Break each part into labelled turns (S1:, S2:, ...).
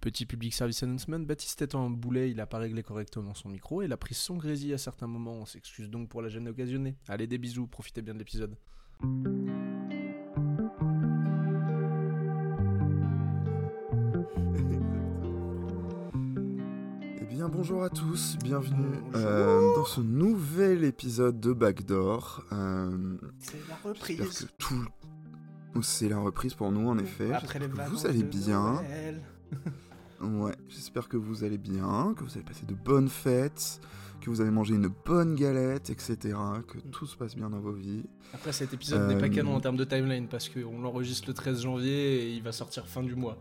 S1: Petit public service announcement, Baptiste étant un boulet, il n'a pas réglé correctement son micro et il a pris son grésil à certains moments. On s'excuse donc pour la gêne occasionnée. Allez, des bisous, profitez bien de l'épisode.
S2: Eh bien, bonjour à tous, bienvenue euh, dans ce nouvel épisode de Backdoor. Euh,
S3: C'est la
S2: j'espère
S3: reprise.
S2: que tout. C'est la reprise pour nous, en effet.
S3: Après les
S2: Eh, J'espère que
S3: vacances
S2: vous allez
S3: de
S2: bien.
S3: Noël.
S2: Ouais, j'espère que vous allez bien, que vous avez passé de bonnes fêtes, que vous avez mangé une bonne galette, etc. Que tout se passe bien dans vos vies.
S1: Après, cet épisode n'est pas
S2: Euh,
S1: canon en termes de timeline parce qu'on l'enregistre le 13 janvier et il va sortir fin du mois.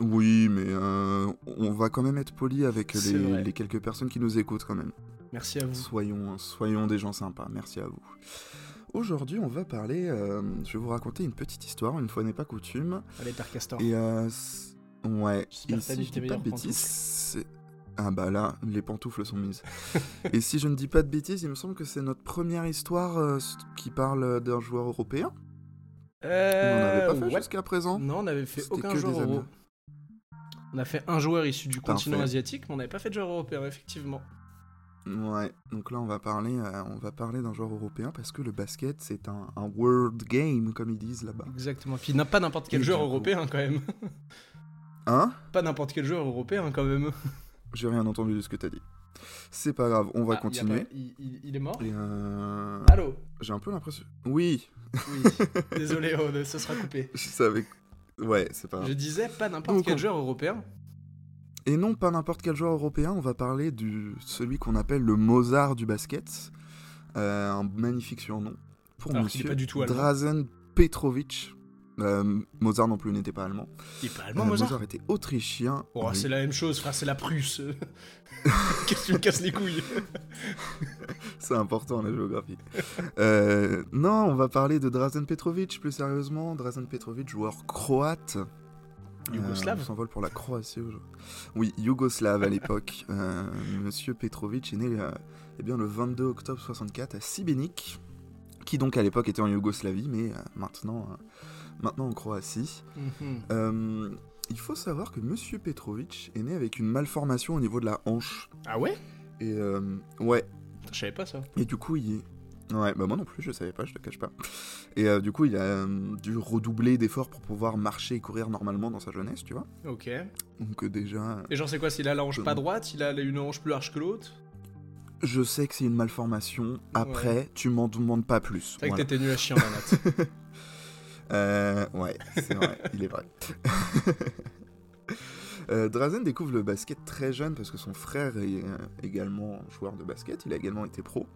S2: Oui, mais euh, on va quand même être poli avec
S1: C'est vrai.
S2: les, les quelques personnes qui nous écoutent quand même.
S1: Merci à vous.
S2: Soyons, soyons des gens sympas, merci à vous. Aujourd'hui, on va parler. euh, je vais vous raconter une petite histoire, une fois n'est pas coutume.
S1: Allez, Père Castor.
S2: Et euh, c- ouais,
S1: Ah. J'espère
S2: et
S1: que t'as
S2: si
S1: mis
S2: je
S1: tes
S2: dis pas de
S1: meilleures pantoufles.
S2: bêtises, c'est- ah bah là, les pantoufles sont mises. et si je ne dis pas de bêtises, il me semble que c'est notre première histoire euh, s- qui parle euh, d'un joueur européen. on n'en avait
S1: Euh,
S2: pas fait
S1: ouais.
S2: jusqu'à présent.
S1: Non, on n'avait fait
S2: C'était
S1: aucun
S2: que
S1: joueur
S2: des
S1: euro.
S2: Allemands.
S1: On a fait un joueur issu du
S2: Parfait.
S1: continent asiatique, mais on n'avait pas fait de joueur européen, effectivement.
S2: Ouais, donc là on va parler, euh, on va parler d'un joueur européen parce que le basket c'est un, un world game comme ils disent là-bas.
S1: Exactement. Puis n'a pas n'importe quel
S2: Bah. Et
S1: joueur
S2: du coup-
S1: européen, quand même.
S2: Hein
S1: pas n'importe quel joueur européen, quand même.
S2: J'ai rien entendu de ce que t'as dit. C'est pas grave, on va
S1: Ah, il a
S2: continuer.
S1: pas- Ah. Il, il- il est mort
S2: Et, euh,
S1: Allô
S2: J'ai un peu l'impression. Oui,
S1: Oui. Désolé, oh, ça sera coupé.
S2: je savais. que- Ouais, c'est pas grave.
S1: Je disais pas n'importe
S2: Donc,
S1: quel
S2: on-
S1: joueur européen.
S2: Et non, pas n'importe quel joueur européen, on va parler de celui qu'on appelle le Mozart du basket. Euh, un magnifique surnom pour
S1: Alors qu'il est
S2: monsieur
S1: pas du tout allemand.
S2: Drazen Petrovic. Euh, Mozart non plus n'était pas allemand.
S1: Il est pas allemand,
S2: Euh,
S1: Mozart.
S2: était autrichien.
S1: Oh,
S2: Oui.
S1: C'est la même chose, frère, c'est la Prusse. Qu'est-ce que tu me casses les couilles
S2: C'est important la géographie. Euh, non, on va parler de Drazen Petrovic plus sérieusement. Drazen Petrovic, joueur croate. Euh,
S1: Yougoslave.
S2: on s'envole pour la Croatie aujourd'hui. Oui, Yougoslave à l'époque. Euh, Monsieur Petrovic est né euh, eh bien, le 22 octobre 64 à Sibénik, qui donc à l'époque était en Yougoslavie, mais euh, maintenant, euh, maintenant en Croatie.
S1: Mhm.
S2: Euh, il faut savoir que Monsieur Petrovic est né avec une malformation au niveau de la hanche.
S1: Ah ouais
S2: Et euh, ouais,
S1: Putain, Je savais pas ça.
S2: et du coup, il. Ouais, bah moi non plus, je savais pas, je te cache pas. Et euh, du coup, il a euh, dû redoubler d'efforts pour pouvoir marcher et courir normalement dans sa jeunesse, tu vois.
S1: Ok. Et
S2: Donc euh, déjà, euh,
S1: genre, c'est quoi S'il a la hanche
S2: Je-
S1: pas droite, il a une hanche plus large que l'autre
S2: je sais que c'est une malformation. Après, tu m'en demandes pas plus.
S1: C'est vrai
S2: Voilà.
S1: que t'étais nul à chier en maths.
S2: Euh, ouais, c'est vrai, il est vrai. Euh, Drazen découvre le basket très jeune parce que son frère est euh, également joueur de basket, il a également été pro.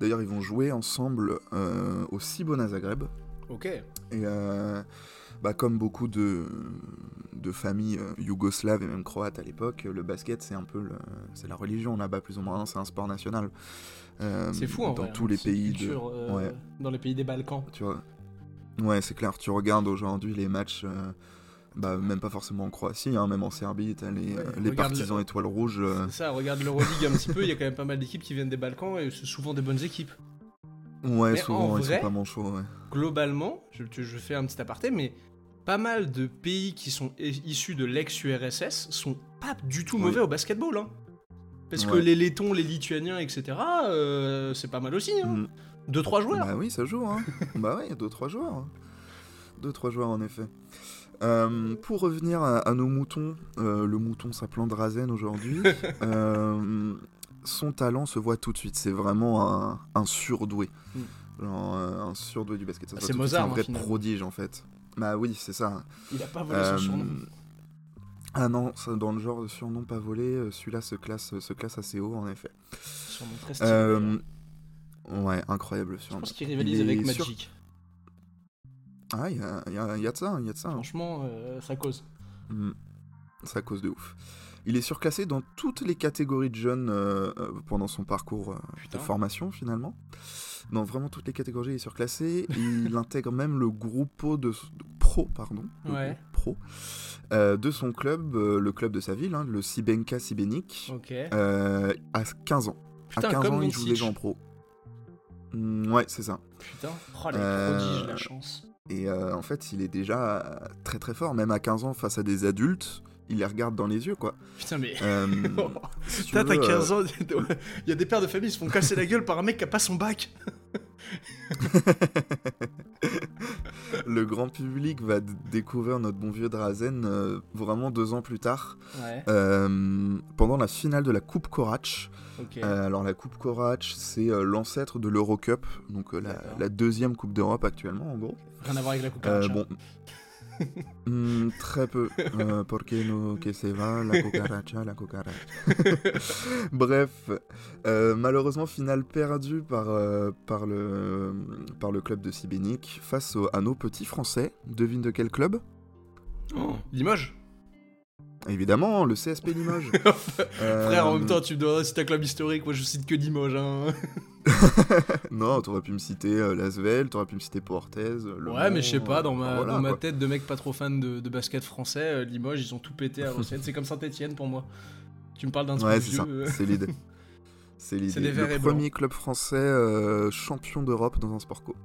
S2: D'ailleurs, ils vont jouer ensemble euh, au Cibona Zagreb,
S1: ok.
S2: Et euh, bah, comme beaucoup de, de familles euh, yougoslaves et même croates à l'époque, le basket c'est un peu le- c'est la religion là-bas plus ou moins, hein, c'est un sport national. Euh,
S1: C'est fou en
S2: Dans
S1: vrai. hein,
S2: tous les
S1: C'est une
S2: pays. de-
S1: culture, euh,
S2: ouais.
S1: Dans les pays des Balkans.
S2: tu vois. Ouais, c'est clair, tu regardes aujourd'hui les matchs, euh, bah, même pas forcément en Croatie, hein, même en Serbie, t'as les,
S1: Ouais,
S2: euh, les
S1: regarde
S2: partisans
S1: le-
S2: étoiles rouges. euh,
S1: C'est ça, regarde l'Euroleague un petit peu, il y a quand même pas mal d'équipes qui viennent des Balkans et c'est souvent des bonnes équipes.
S2: ouais,
S1: Mais
S2: souvent
S1: en
S2: ils
S1: vrai-
S2: sont pas manchots, ouais.
S1: Globalement, je, tu- je fais un petit aparté, mais pas mal de pays qui sont i- issus de l'ex-URSS sont pas du tout
S2: Oui.
S1: mauvais au basketball. Hein. Parce que
S2: Ouais.
S1: les Lettons, les Lituaniens, etc., euh, c'est pas mal aussi. Hein.
S2: Mm.
S1: Deux, trois joueurs.
S2: Bah oui, ça joue, hein. bah ouais, il y a 2-3 joueurs. hein. Deux, trois joueurs, en effet. Euh, pour revenir à, à nos moutons, euh, le mouton s'appelant Drazen aujourd'hui, euh, son talent se voit tout de suite. C'est vraiment un, un surdoué.
S1: Mm.
S2: Genre, euh, un surdoué du basket. Ça se
S1: C'est
S2: voit tout de suite,
S1: Mozart, hein,
S2: C'est un vrai
S1: finalement.
S2: prodige, en fait. Bah oui, c'est ça.
S1: Il a pas volé
S2: Euh,
S1: son surnom.
S2: Ah non, ça, dans le genre de surnom pas volé, euh, celui-là se classe, se classe assez haut, en effet.
S1: Surnom très stylé,
S2: Euh,
S1: d'ailleurs.
S2: ouais, incroyable
S1: je
S2: surnom.
S1: pense qu'il rivalise
S2: il est
S1: avec
S2: sur-
S1: Magic.
S2: Ah, il y a, y a- y a de ça, il y a de ça. hein.
S1: Franchement, euh, ça cause.
S2: Mm. C'est à cause de ouf. Il est surclassé dans toutes les catégories de jeunes euh, euh, pendant son parcours euh, de
S1: Putain.
S2: formation finalement. Dans vraiment toutes les catégories, il est surclassé. Il intègre même le groupe de, de- pro, pardon, le
S1: Ouais.
S2: groupe pro euh, de son club, euh, le club de sa ville, hein, le Sibenka Sibenik,
S1: Ok.
S2: euh, à 15 ans. à
S1: Putain,
S2: 15
S1: comme
S2: ans, il joue
S1: Doncic.
S2: déjà en pro. Mm, ouais, c'est ça.
S1: Putain. Oh, les
S2: Euh,
S1: prodiges, la chance.
S2: Et euh, en fait, il est déjà euh, très très fort, même à 15 ans face à des adultes. il les regarde dans les yeux, quoi.
S1: Putain, mais.
S2: Euh, si tu
S1: Putain, t'as
S2: veux, euh,
S1: 15 ans. Il y a des pères de famille qui se font casser la gueule par un mec qui a pas son bac.
S2: le grand public va d- découvrir notre bon vieux Drazen euh, vraiment deux ans plus tard,
S1: Ouais,
S2: euh, pendant la finale de la Coupe Korach.
S1: ok.
S2: Euh, alors la Coupe Korach, c'est euh, l'ancêtre de l'Eurocup, donc euh, la,
S1: D'accord.
S2: la deuxième Coupe d'Europe actuellement en gros.
S1: Rien à voir avec la coupe
S2: Euh, bon. Hmm, très peu. Euh, porque no que se va, la cucaracha, la cucaracha. Bref, euh, malheureusement, finale perdue par, euh, par, le, par le club de Sibénic face au- à nos petits Français. Devine de quel club
S1: Oh, Limoges
S2: Évidemment, le CSP Limoges. Euh,
S1: Frère, en même temps, tu me demandes si t'as club historique. Moi, je cite que Limoges. Hein.
S2: Non, t'aurais pu me citer euh, Lasvel, t'aurais pu me citer Portez. euh, Le
S1: ouais, mais je sais
S2: Mans,
S1: pas,
S2: euh,
S1: dans ma,
S2: voilà,
S1: dans ma
S2: quoi.
S1: tête de mec pas trop fan de, de basket français, euh, Limoges, ils ont tout pété à l'ancienne. c'est comme Saint-Etienne pour moi. Tu me parles d'un
S2: Ouais,
S1: truc
S2: c'est ça,
S1: vieux. euh.
S2: c'est l'idée. C'est l'idée.
S1: des verts et
S2: Le
S1: blancs.
S2: premier club français euh, champion d'Europe dans un sport co.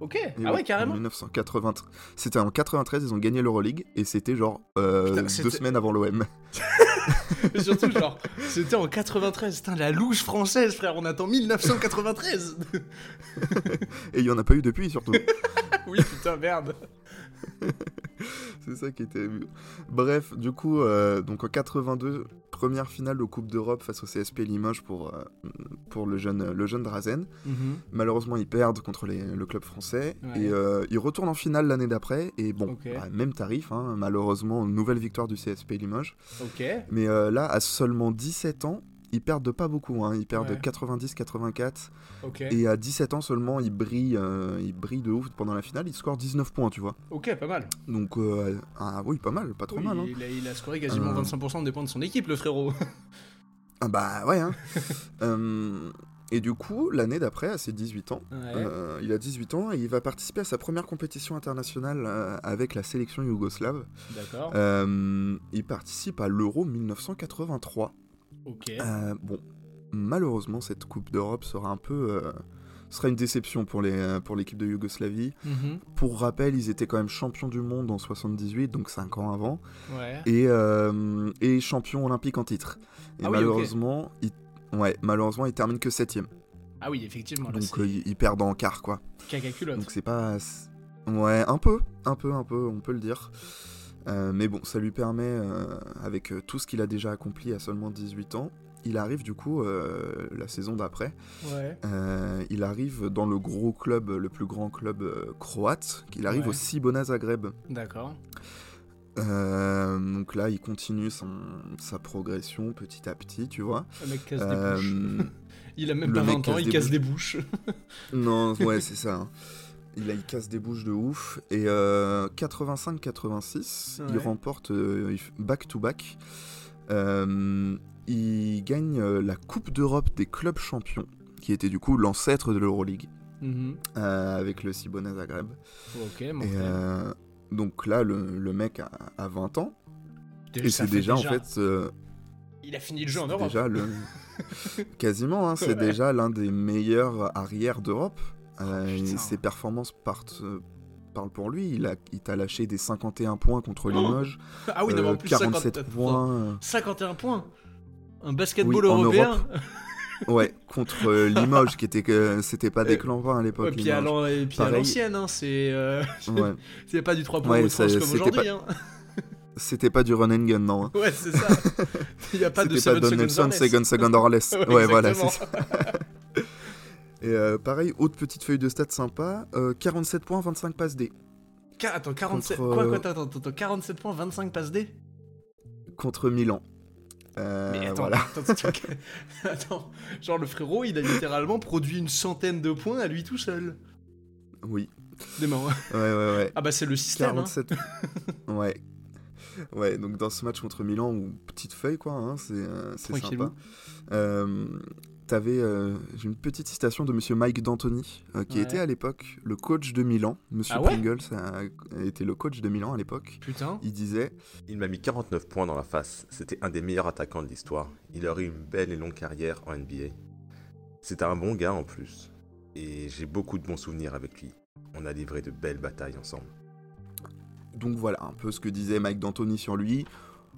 S1: Ok,
S2: Et
S1: ah
S2: oui,
S1: ouais, carrément.
S2: en 1980. C'était en 93, ils ont gagné l'Euroleague et c'était genre euh,
S1: Putain,
S2: deux
S1: c'était-
S2: semaines avant l'OM.
S1: Mais surtout, genre, c'était en 93. Putain, la louche française, frère, on attend 1993.
S2: Et il n'y en a pas eu depuis surtout.
S1: oui, putain, merde.
S2: C'est ça qui était. Bref, du coup, euh, donc en 82, première finale de Coupe d'Europe face au CSP Limoges pour, euh, pour le, jeune, le jeune Drazen. Mhm. Malheureusement, ils perdent contre les- le club français
S1: Ouais.
S2: et euh, ils retournent en finale l'année d'après. Et bon,
S1: Ok.
S2: bah, même tarif, hein, malheureusement, nouvelle victoire du CSP Limoges.
S1: Ok.
S2: Mais euh, là, à seulement 17 ans, ils perdent pas beaucoup. Hein. Ils perdent
S1: Ouais.
S2: 90-84.
S1: Ok,
S2: Et à 17 ans seulement, ils brillent, euh, ils brillent de ouf pendant la finale. Ils scorent 19 points, tu vois.
S1: ok, pas mal.
S2: Donc, euh, ah oui, pas mal, pas trop
S1: Oui,
S2: mal. hein.
S1: il, a, il a scoré quasiment
S2: Euh.
S1: 25% des points de son équipe, le frérot.
S2: Ah bah ouais. Hein. Euh, et du coup, l'année d'après, à ses 18 ans,
S1: Ouais.
S2: Euh, il a 18 ans et il va participer à sa première compétition internationale euh, avec la sélection yougoslave.
S1: D'accord.
S2: Euh, il participe à l'Euro 1983.
S1: ok.
S2: Euh, bon, malheureusement, cette Coupe d'Europe sera un peu. euh, sera une déception pour les- euh, pour l'équipe de Yougoslavie.
S1: Mhm.
S2: Pour rappel, ils étaient quand même champions du monde en 78, donc 5 ans avant,
S1: Ouais.
S2: et, euh, et champions olympiques en titre. Et
S1: Ah oui, ok.
S2: malheureusement, ils, ouais, malheureusement, ils terminent que 7
S1: Ah oui, effectivement, là,
S2: Donc
S1: c'est
S2: euh, ils, ils perdent en quart, quoi.
S1: caca culotte.
S2: Donc c'est pas. c'est- Ouais, un peu, un peu, un peu, on peut le dire. Euh, mais bon, ça lui permet, euh, avec euh, tout ce qu'il a déjà accompli à seulement 18 ans, il arrive du coup, euh, la saison d'après,
S1: Ouais.
S2: euh, il arrive dans le gros club, le plus grand club euh, croate, qu'il arrive
S1: Ouais.
S2: au Cibona Zagreb.
S1: D'accord.
S2: Euh, donc là, il continue son- sa progression petit à petit, tu vois.
S1: Le mec casse
S2: Euh,
S1: des bouches. Il a même
S2: le
S1: pas
S2: mec
S1: 20 ans,
S2: casse
S1: il
S2: des
S1: casse
S2: bouches.
S1: des bouches.
S2: Non, ouais, c'est ça. hein. Il, a- il casse des bouches de ouf. Et 85-86,
S1: Ouais.
S2: il remporte euh, il f- back-to-back. Euh, il gagne euh, la Coupe d'Europe des clubs champions, qui était du coup l'ancêtre de l'Euroleague,
S1: Mhm.
S2: euh, avec le Cibona Zagreb.
S1: Ok,
S2: Et,
S1: mortel.
S2: euh, donc là, le, le mec a, a 20 ans.
S1: Déjà,
S2: et
S1: ça
S2: c'est
S1: fait
S2: déjà, en fait. euh,
S1: Il a fini le jeu en
S2: c'est
S1: Europe.
S2: déjà le... Quasiment, hein, c'est
S1: Ouais.
S2: déjà l'un des meilleurs arrières d'Europe. Euh,
S1: Oh, putain.
S2: ses performances partent, euh, parlent pour lui. Il a- il t'a lâché des 51 points contre
S1: Oh,
S2: Limoges,
S1: Ah oui, d'abord
S2: euh,
S1: plus
S2: 47
S1: 50
S2: points
S1: 51 points. Un basketball
S2: Oui, en
S1: européen.
S2: euh, ouais, contre euh, Limoges, qui était que c'était pas
S1: Euh,
S2: déclampant à
S1: Ouais,
S2: l'époque.
S1: puis à
S2: Limoges.
S1: l'an- et puis à
S2: Pareil.
S1: l'ancienne, hein, c'est euh,
S2: Ouais.
S1: c'est pas du 3 points
S2: Ouais,
S1: au trans
S2: ça-
S1: comme
S2: c'était
S1: aujourd'hui. hein.
S2: C'était pas du run and gun, non. hein.
S1: Ouais, c'est ça. Il n'y a pas de
S2: C'était
S1: 7
S2: pas Don
S1: seconds
S2: Nelson,
S1: or less.
S2: second second or less.
S1: Ouais,
S2: ouais, voilà, c'est
S1: exactement.
S2: ça. Et euh, pareil, autre petite feuille de stats sympa euh, 47 points, 25 passes D.
S1: Qu- Attends, 47...
S2: Contre,
S1: Quoi,
S2: euh,
S1: quoi, attends, attends, attends, 47 points, 25 passes D
S2: contre Milan. Euh,
S1: Mais attends,
S2: voilà.
S1: attends, attends, attends, attends. genre le frérot, il a littéralement produit une centaine de points à lui tout seul.
S2: Oui.
S1: Des marrants.
S2: Ouais, ouais, ouais.
S1: Ah bah c'est le système, hein.
S2: 47. ouais. Ouais, donc dans ce match contre Milan, ou petite feuille, quoi, hein, c'est euh, c'est
S1: Tranquillou.
S2: sympa. Euh, T'avais euh, j'ai une petite citation de Monsieur Mike D'Antoni, euh, qui
S1: Ouais.
S2: était à l'époque le coach de Milan. Monsieur
S1: Ah ouais
S2: Pringles a- était le coach de Milan à l'époque.
S1: Putain.
S2: Il disait
S3: Il m'a mis 49 points dans la face. C'était un des meilleurs attaquants de l'histoire. Il aurait eu une belle et longue carrière en NBA. C'était un bon gars en plus. Et j'ai beaucoup de bons souvenirs avec lui. On a livré de belles batailles ensemble.
S2: Donc voilà un peu ce que disait Mike D'Antoni sur lui.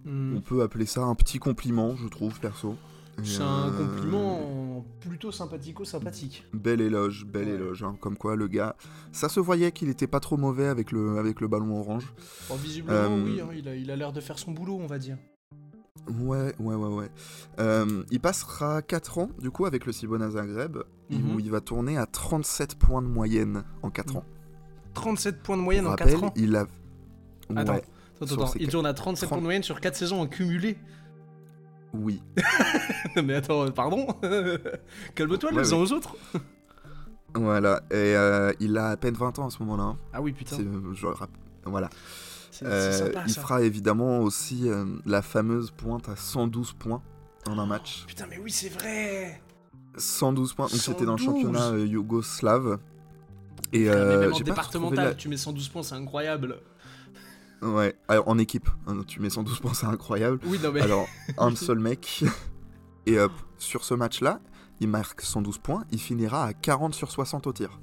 S1: Hmm.
S2: On peut appeler ça un petit compliment, je trouve, perso. Et,
S1: C'est un
S2: euh,
S1: compliment plutôt sympathico-sympathique.
S2: Bel éloge, bel
S1: Ouais.
S2: éloge, hein, comme quoi le gars, ça se voyait qu'il était pas trop mauvais avec le, avec le ballon orange.
S1: Bon, visiblement,
S2: Euh,
S1: oui, hein, il a il a l'air de faire son boulot, on va dire.
S2: Ouais, ouais, ouais, ouais. Euh, il passera 4 ans, du coup, avec le Cibona Zagreb,
S1: Mhm.
S2: où il va tourner à 37 points de moyenne en 4 ans.
S1: 37 points de moyenne
S2: Pour
S1: en
S2: rappel,
S1: 4 ans. Ah,
S2: il a...
S1: Attends,
S2: Ouais,
S1: Attends,
S2: sur
S1: attends,
S2: ces
S1: il
S2: quatre-
S1: tourne à 37 points de
S2: trente-
S1: moyenne sur 4 saisons en cumulé.
S2: oui.
S1: Mais attends, euh, pardon Calme-toi
S2: Ouais,
S1: les uns aux autres
S2: Voilà, et euh, il a à peine 20 ans à ce moment-là. hein.
S1: Ah oui, putain,
S2: C'est- je le rapp- Voilà.
S1: c'est
S2: Euh,
S1: c'est sympa
S2: il
S1: ça. hein.
S2: fera évidemment aussi euh, la fameuse pointe à 112 points en un match.
S1: Putain, mais oui, c'est vrai
S2: 112 points, donc c'était dans le
S1: 112.
S2: championnat euh, yougoslave. Et
S1: Putain, mais
S2: euh,
S1: Même en
S2: j'ai pas retrouvé
S1: départemental, tu mets 112 points, c'est incroyable
S2: la- Ouais, alors, en équipe, hein, tu mets 112 points, c'est incroyable.
S1: Oui, non mais...
S2: Alors, un seul mec. Et euh, sur ce match-là, il marque 112 points, il finira à 40 sur 60 au tir.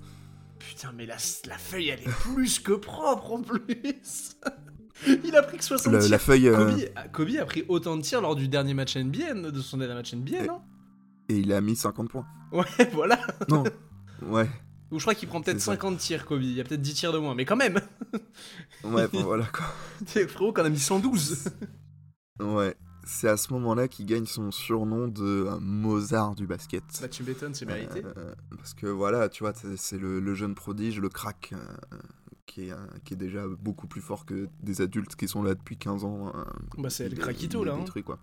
S1: Putain, mais la, la feuille, elle est plus que propre en plus Il a pris que 60
S2: Le-
S1: tirs
S2: la feuille. euh,
S1: Kobe, ah, Kobe a pris autant de tirs lors du dernier match NBN, de son dernier match NBN,
S2: Et-
S1: non
S2: et il a mis 50 points.
S1: hein. Ouais, voilà
S2: Non. Ouais,
S1: Ou je crois qu'il prend peut-être
S2: C'est ça.
S1: 50 tirs, Kobe, il y a peut-être 10 tirs de moins, mais quand même
S2: ouais, bon, voilà quoi.
S1: C'est frérot qu'on a mis 112
S2: Ouais, c'est à ce moment-là qu'il gagne son surnom de euh, Mozart du basket.
S1: Bah tu m'étonnes, c'est mérité
S2: Euh, parce que voilà, tu vois, c'est c'est le, le jeune prodige, le crack, euh, qui, est, euh, qui est déjà beaucoup plus fort que des adultes qui sont là depuis 15 ans. euh,
S1: Bah c'est le
S2: il-
S1: craquito
S2: il les
S1: là hein.
S2: détruit, quoi.